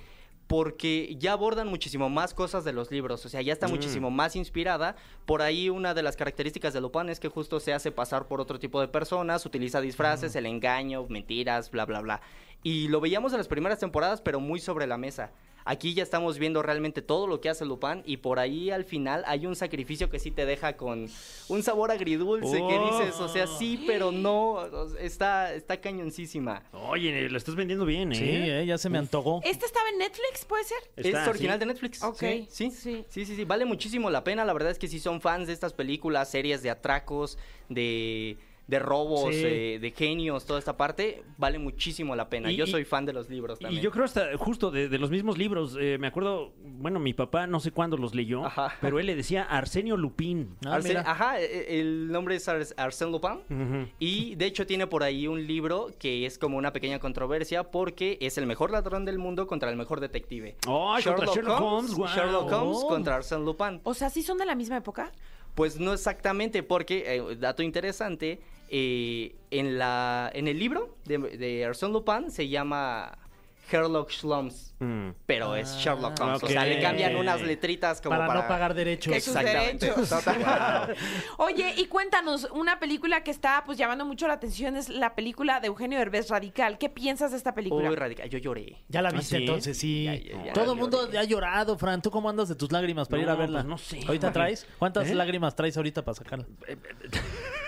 Speaker 5: porque ya abordan muchísimo más cosas de los libros, o sea, ya está muchísimo más inspirada. Por ahí una de las características de Lupin es que justo se hace pasar por otro tipo de personas, utiliza disfraces, el engaño, mentiras, bla, bla, bla. Y lo veíamos en las primeras temporadas, pero muy sobre la mesa. Aquí ya estamos viendo realmente todo lo que hace Lupin y por ahí al final hay un sacrificio que sí te deja con un sabor agridulce que
Speaker 2: Oh.
Speaker 5: dices, o sea, sí, pero no, o sea, está, está cañoncísima.
Speaker 2: Oye, lo estás vendiendo bien, ¿eh?
Speaker 3: Sí, eh, ya se me antojó.
Speaker 1: ¿Esta estaba en Netflix, puede ser?
Speaker 5: es
Speaker 2: Está,
Speaker 5: original
Speaker 2: sí.
Speaker 5: de Netflix.
Speaker 1: Ok,
Speaker 5: Sí,
Speaker 1: sí.
Speaker 5: sí, sí, sí, sí, vale muchísimo la pena. La verdad es que si son fans de estas películas, series de atracos, de, de robos,
Speaker 3: Sí.
Speaker 5: eh, de genios, toda esta parte, vale muchísimo la pena.
Speaker 2: Y-
Speaker 5: yo
Speaker 2: y-
Speaker 5: soy fan de los libros
Speaker 2: Y
Speaker 5: también.
Speaker 2: yo creo hasta justo de, de los mismos libros. eh, me acuerdo, bueno, mi papá no sé cuándo los leyó,
Speaker 5: Ajá.
Speaker 2: pero él le decía Arsenio Lupín.
Speaker 3: Ah,
Speaker 5: Arsen-
Speaker 3: mira.
Speaker 5: ajá, e- el nombre es Ars- Arsène Lupin.
Speaker 2: Ujú.
Speaker 5: Y de hecho tiene por ahí un libro que es como una pequeña controversia porque es el mejor ladrón del mundo contra el mejor detective.
Speaker 2: Ay, contra Sherlock Holmes, guau.
Speaker 5: Sherlock Holmes
Speaker 3: Oh.
Speaker 5: contra Arsène Lupin.
Speaker 1: O sea, ¿sí son de la misma época?
Speaker 5: Pues no exactamente porque, eh, dato interesante, eh, en, la, en el libro de, de Arsène Lupin se llama Sherlock Shlums.
Speaker 2: Mm.
Speaker 5: Pero es Sherlock Holmes.
Speaker 2: ok.
Speaker 5: pues, O sea, le cambian unas letritas como
Speaker 3: Ah. para,
Speaker 5: para...
Speaker 3: no pagar derechos.
Speaker 1: Que sus
Speaker 5: Exactamente.
Speaker 1: derechos.
Speaker 5: Total.
Speaker 1: Oye, y cuéntanos, una película que está pues llamando mucho la atención es la película de Eugenio Derbez, Radical. ¿Qué piensas de esta película?
Speaker 5: Uy, radical. Yo lloré.
Speaker 3: Ya la
Speaker 2: ¿Ah,
Speaker 3: viste
Speaker 2: sí?
Speaker 3: entonces, sí.
Speaker 5: Ya, ya, ya,
Speaker 3: Todo
Speaker 5: ya
Speaker 3: el mundo
Speaker 5: lloré.
Speaker 3: ha llorado, Fran. ¿Tú cómo andas de tus lágrimas para
Speaker 2: No,
Speaker 3: ir a verla?
Speaker 2: pues no sé,
Speaker 3: ¿Ahorita
Speaker 2: güey.
Speaker 3: traes? ¿Cuántas
Speaker 2: ¿Eh?
Speaker 3: lágrimas traes ahorita para sacarla?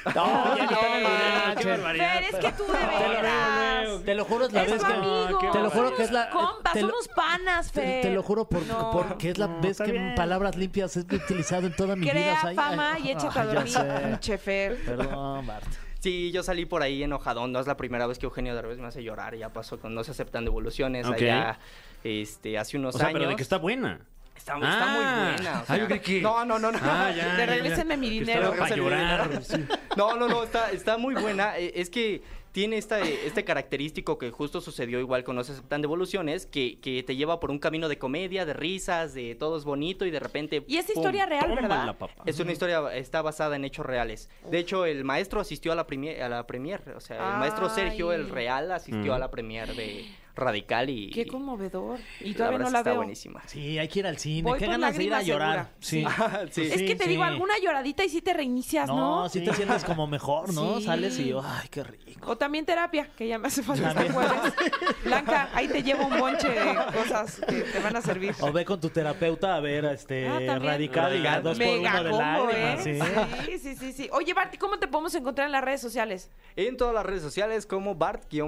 Speaker 2: Oye,
Speaker 3: no
Speaker 2: qué
Speaker 3: manches.
Speaker 2: barbaridad.
Speaker 1: Fer, es que tú de
Speaker 3: Te lo
Speaker 1: veras.
Speaker 3: juro, te lo juro, es la
Speaker 1: Es
Speaker 3: vez
Speaker 1: tu
Speaker 3: que.
Speaker 1: amigo.
Speaker 3: Te lo juro que es la.
Speaker 1: Son unos Compas,
Speaker 3: te
Speaker 1: son
Speaker 3: lo-
Speaker 1: unos panas,
Speaker 3: te,
Speaker 1: Fer.
Speaker 3: te lo juro por-
Speaker 1: No.
Speaker 3: porque es la vez
Speaker 2: está
Speaker 3: que
Speaker 2: bien.
Speaker 3: palabras limpias es utilizado en toda mi vida.
Speaker 1: Crea
Speaker 3: o sea, ay-
Speaker 1: fama
Speaker 3: ay,
Speaker 1: y échate a
Speaker 3: ay, ya
Speaker 1: dormir,
Speaker 3: sé.
Speaker 1: pinche Fer.
Speaker 3: Perdón, Bart.
Speaker 5: Sí, yo salí por ahí enojadón. No es la primera vez que Eugenio Derbez me hace llorar. Ya pasó con No se aceptan devoluciones
Speaker 2: Ok.
Speaker 5: allá este, hace unos
Speaker 2: O sea,
Speaker 5: años.
Speaker 2: pero de que está buena.
Speaker 5: Está,
Speaker 2: Ah.
Speaker 5: está muy buena. o
Speaker 2: Ah, yo
Speaker 5: sea.
Speaker 2: creí que-
Speaker 5: No, no, no, no.
Speaker 2: Ah, ya.
Speaker 1: Te regrésenme mi
Speaker 2: Que
Speaker 1: dinero.
Speaker 2: estaba Para
Speaker 5: Regrésenme mi
Speaker 2: llorar.
Speaker 5: No, no, no, está, está muy buena. Eh, Es que tiene esta, este característico que justo sucedió igual con No se aceptan devoluciones, que, que te lleva por un camino de comedia, de risas, de todo es bonito y de repente...
Speaker 1: Y es historia real,
Speaker 2: Tómala,
Speaker 1: ¿verdad?
Speaker 2: papá.
Speaker 5: Es una historia, está basada en hechos reales. De hecho, el maestro asistió a la premier, a la premier o sea, el maestro Sergio
Speaker 1: Ay.
Speaker 5: el Real asistió a la premier de Radical y
Speaker 1: Qué conmovedor. Y
Speaker 5: y
Speaker 1: todavía no
Speaker 5: verdad sí
Speaker 1: la
Speaker 5: está
Speaker 1: veo.
Speaker 5: buenísima.
Speaker 3: Sí, hay que ir al cine.
Speaker 1: Voy
Speaker 3: Qué
Speaker 1: por
Speaker 3: ganas de ir a
Speaker 1: lágrimas
Speaker 3: llorar.
Speaker 1: segura.
Speaker 3: Sí.
Speaker 5: Ah, sí.
Speaker 3: Sí.
Speaker 1: es que te digo, alguna lloradita y sí te reinicias, ¿no?
Speaker 3: No, sí te sientes como mejor, ¿no?
Speaker 1: Sí.
Speaker 3: Sales y yo, ay, qué rico.
Speaker 1: O también terapia, que ya me hace falta este jueves. Blanca, ahí te llevo un bonche de cosas que te van a servir.
Speaker 3: O ve con tu terapeuta a ver este
Speaker 1: Ah, también.
Speaker 3: radical y a dos Pues, por
Speaker 1: Mega
Speaker 3: uno de
Speaker 1: combo,
Speaker 3: lágrimas.
Speaker 1: ¿eh?
Speaker 3: sí.
Speaker 1: Sí, sí, sí, sí. Oye, Barty, ¿cómo te podemos encontrar en las redes sociales?
Speaker 5: En todas las redes sociales como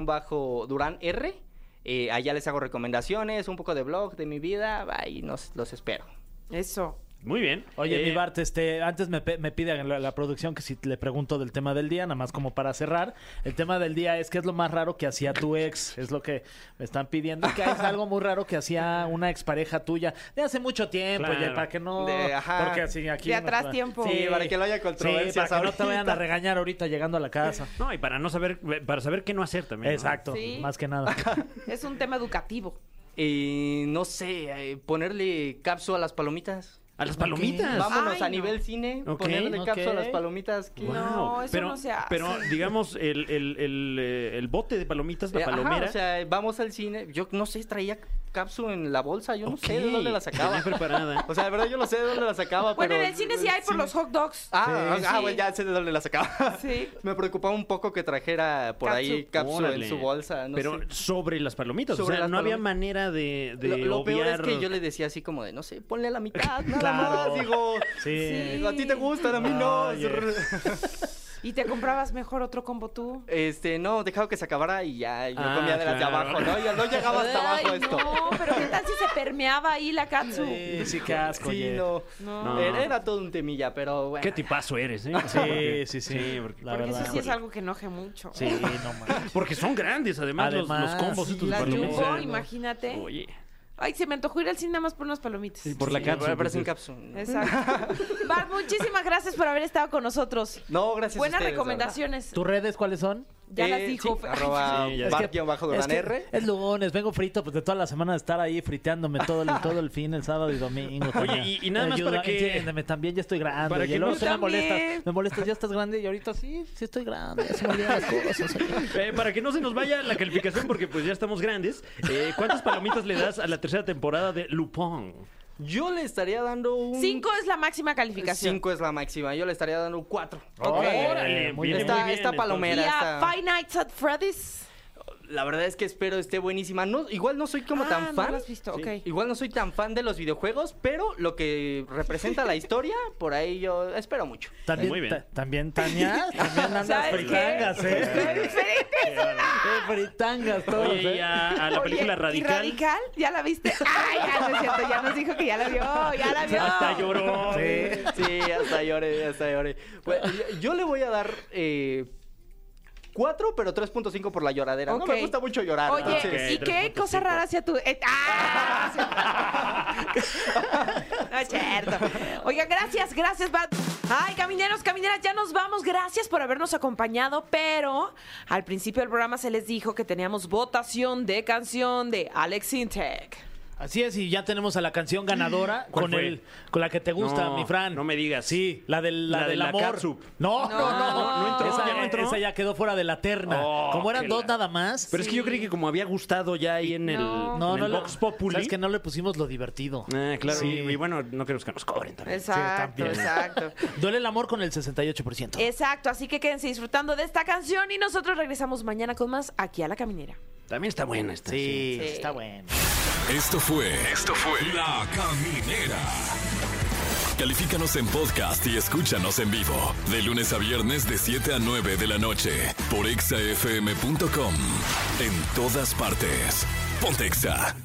Speaker 5: Bart-Durán R. Eh, allá les hago recomendaciones, un poco de blog de mi vida, ahí nos, los espero.
Speaker 1: Eso.
Speaker 2: Muy bien.
Speaker 3: Oye,
Speaker 2: Eh,
Speaker 3: mi Bart, este, antes me, pe- me pide la, la producción que si le pregunto del tema del día, nada más como para cerrar. El tema del día es que es lo más raro que hacía tu ex, es lo que me están pidiendo. Que es algo muy raro que hacía una expareja tuya de hace mucho tiempo,
Speaker 2: Claro.
Speaker 3: ya, para que no.
Speaker 5: De- ajá.
Speaker 3: porque así aquí.
Speaker 1: De
Speaker 3: nos-
Speaker 1: atrás tiempo.
Speaker 5: Sí, para que no haya controversias
Speaker 3: Sí, para que no te
Speaker 5: ahorita.
Speaker 3: vayan a regañar ahorita llegando a la casa.
Speaker 2: No, y para no saber, para saber qué no hacer también. ¿no?
Speaker 3: Exacto,
Speaker 1: Sí.
Speaker 3: más que nada.
Speaker 1: Es un tema educativo.
Speaker 5: Eh, no sé, eh, ponerle capso a las palomitas.
Speaker 2: A las palomitas.
Speaker 5: Vámonos
Speaker 1: Ay,
Speaker 5: a
Speaker 1: no.
Speaker 5: nivel cine,
Speaker 2: Ok,
Speaker 5: ponerle capso a
Speaker 3: ok.
Speaker 5: las palomitas. que-
Speaker 2: Guau.
Speaker 1: No, eso
Speaker 2: pero,
Speaker 1: no se hace.
Speaker 2: Pero digamos, el, el- el, eh, el bote de palomitas,
Speaker 5: Eh,
Speaker 2: la
Speaker 5: ajá,
Speaker 2: palomera.
Speaker 5: o sea, vamos al cine. Yo no sé, traía capsu en la bolsa. Yo no sé de
Speaker 2: Ok,
Speaker 5: dónde la
Speaker 2: venía
Speaker 5: sacaba.
Speaker 2: preparada.
Speaker 5: O sea, de verdad, yo no sé de dónde la sacaba.
Speaker 1: Bueno,
Speaker 5: pero
Speaker 1: en el cine sí hay por los hot dogs.
Speaker 5: Ah,
Speaker 1: Sí.
Speaker 5: ah, bueno, ya sé de dónde la sacaba.
Speaker 1: Sí.
Speaker 5: Me preocupaba un poco que trajera por ahí
Speaker 1: Catsup.
Speaker 5: capsu en
Speaker 2: Órale.
Speaker 5: su bolsa. No
Speaker 2: pero
Speaker 5: sé.
Speaker 2: sobre las palomitas.
Speaker 5: Sobre
Speaker 2: o sea,
Speaker 5: las
Speaker 2: no había
Speaker 5: palomitas.
Speaker 2: manera de, de
Speaker 5: lo, lo peor es
Speaker 2: obviar-
Speaker 5: que yo le decía así como de, no sé, ponle a la mitad, nada
Speaker 3: Claro.
Speaker 5: más. Digo,
Speaker 3: Sí.
Speaker 5: a ti te gustan, a mí no.
Speaker 3: Oye.
Speaker 1: Y te comprabas mejor otro combo tú.
Speaker 5: Este, no, dejaba que se acabara y ya, yo
Speaker 2: Ah,
Speaker 5: comía de las de
Speaker 2: claro.
Speaker 5: abajo, ¿no? Yo no llegaba hasta abajo
Speaker 1: Ay,
Speaker 5: esto.
Speaker 1: No, pero ¿qué tal si se permeaba ahí la katsu?
Speaker 3: Sí, sí, qué asco.
Speaker 5: Sí,
Speaker 3: oye.
Speaker 5: no.
Speaker 1: No.
Speaker 5: Era, era todo un temilla, pero bueno.
Speaker 2: Qué tipazo eres, ¿eh?
Speaker 3: Sí, sí, sí.
Speaker 2: porque,
Speaker 3: La
Speaker 1: Porque
Speaker 3: verdad.
Speaker 1: eso sí es algo que enoje mucho.
Speaker 3: Sí, no manches.
Speaker 2: porque son grandes, además, los- los,
Speaker 3: Además,
Speaker 2: combos
Speaker 3: sí,
Speaker 2: estos de
Speaker 1: La
Speaker 2: palomitas.
Speaker 1: yugo, imagínate.
Speaker 2: Oye.
Speaker 1: Ay, se me antojó ir al cine nada más por unas palomitas.
Speaker 2: por la
Speaker 5: ¿eh? Sí,
Speaker 2: cápsula.
Speaker 5: pero sin cápsula.
Speaker 1: Exacto. Bar, muchísimas gracias por haber estado con nosotros.
Speaker 5: No, gracias a
Speaker 1: Buenas
Speaker 5: ustedes, de
Speaker 1: recomendaciones.
Speaker 3: ¿Tus redes cuáles son?
Speaker 1: Ya
Speaker 5: Eh,
Speaker 1: las dijo.
Speaker 5: sí, arroba
Speaker 2: Sí, ya
Speaker 5: bar-
Speaker 2: dije.
Speaker 5: guión bajo
Speaker 3: es,
Speaker 5: Durán
Speaker 3: que
Speaker 5: R.
Speaker 3: es lunes, vengo frito pues de toda la semana de estar ahí friteándome todo el, todo el fin, el sábado y domingo. también.
Speaker 2: y- y nada más para que-
Speaker 3: Entiéndeme, también ya estoy grande.
Speaker 2: para
Speaker 3: y
Speaker 2: que
Speaker 3: luego
Speaker 2: no-
Speaker 3: tú me
Speaker 1: También.
Speaker 3: molestas, me molestas, ya estás grande y ahorita sí, sí estoy grande, ya se me olvidan las cosas.
Speaker 2: Eh, para que no se nos vaya la calificación, porque pues ya estamos grandes, eh, ¿cuántas palomitas le das a la tercera temporada de Lupin?
Speaker 5: Yo le estaría dando un...
Speaker 1: Cinco es la máxima calificación.
Speaker 5: Cinco es la máxima. Yo le estaría dando un cuatro.
Speaker 3: Órale, muy
Speaker 2: Eh, viene
Speaker 3: bien.
Speaker 5: Esta- esta palomera.
Speaker 1: Y
Speaker 5: Mira,
Speaker 1: a
Speaker 5: esta-
Speaker 1: Five Nights at Freddy's.
Speaker 5: La verdad es que espero esté buenísima. No, igual no soy como
Speaker 1: Ah,
Speaker 5: tan
Speaker 1: no
Speaker 5: fan.
Speaker 1: lo has visto, ok.
Speaker 5: Igual no soy tan fan de los videojuegos, pero lo que representa la historia, por ahí yo espero mucho.
Speaker 3: También,
Speaker 2: Muy bien.
Speaker 3: ta- también Tania, también andas
Speaker 2: pues
Speaker 1: ¿Sabes
Speaker 3: fritangas,
Speaker 1: qué?
Speaker 3: ¿eh? Eh, fritangas todos,
Speaker 2: Oye, y
Speaker 3: ¿eh?
Speaker 2: a, a la
Speaker 1: Oye,
Speaker 2: película
Speaker 1: ¿Y Radical? ¿Ya la viste? Ay, ya no es cierto, ya nos dijo que ya la vio, ya la vio.
Speaker 2: Hasta lloró.
Speaker 3: Sí.
Speaker 5: Sí, hasta lloré, hasta lloré. Bueno, yo, yo le voy a dar eh, cuatro, pero 3.5 por la lloradera. No
Speaker 1: Ok.
Speaker 5: me gusta mucho llorar.
Speaker 1: Oye,
Speaker 5: entonces-
Speaker 1: ¿y qué cosa rara hacía tu... eh, ¡Ah! no es cierto. Oiga, gracias, gracias, Bat. Ay, camineros, camineras, ya nos vamos. Gracias por habernos acompañado, pero al principio del programa se les dijo que teníamos votación de canción de Alex Intec.
Speaker 3: Así es, y ya tenemos a la canción ganadora
Speaker 2: ¿Cuál
Speaker 3: con
Speaker 2: fue?
Speaker 3: el con la que te gusta,
Speaker 2: No,
Speaker 3: mi Fran.
Speaker 2: no me digas.
Speaker 3: Sí, la del, la
Speaker 2: La de
Speaker 3: del
Speaker 2: la
Speaker 3: amor.
Speaker 2: catsup.
Speaker 3: No, no, no,
Speaker 2: no, no entró,
Speaker 3: Esa,
Speaker 2: ¿ya no entró?
Speaker 3: esa ya quedó fuera de la terna.
Speaker 2: Oh,
Speaker 3: Como eran
Speaker 2: qué
Speaker 3: dos
Speaker 2: la-
Speaker 3: nada más.
Speaker 2: Pero es que yo creí que como había gustado ya ahí en el,
Speaker 1: No.
Speaker 2: en
Speaker 3: no,
Speaker 2: el
Speaker 3: no, le-
Speaker 2: Vox Populi.
Speaker 3: ¿sabes que no le pusimos lo divertido.
Speaker 2: Ah, claro.
Speaker 3: Sí.
Speaker 2: Y, y bueno, no queremos que nos cobren también.
Speaker 1: Exacto,
Speaker 3: también.
Speaker 1: exacto.
Speaker 3: Duele el amor con el 68%.
Speaker 1: Exacto, así que quédense disfrutando de esta canción y nosotros regresamos mañana con más aquí a la caminera.
Speaker 2: También está buena esta.
Speaker 3: sí, está bueno.
Speaker 6: Esto fue. Esto fue. La Caminera. Califícanos en podcast y escúchanos en vivo. De lunes a viernes, de 7 a 9 de la noche. Por exafm.com. En todas partes. Pontexa.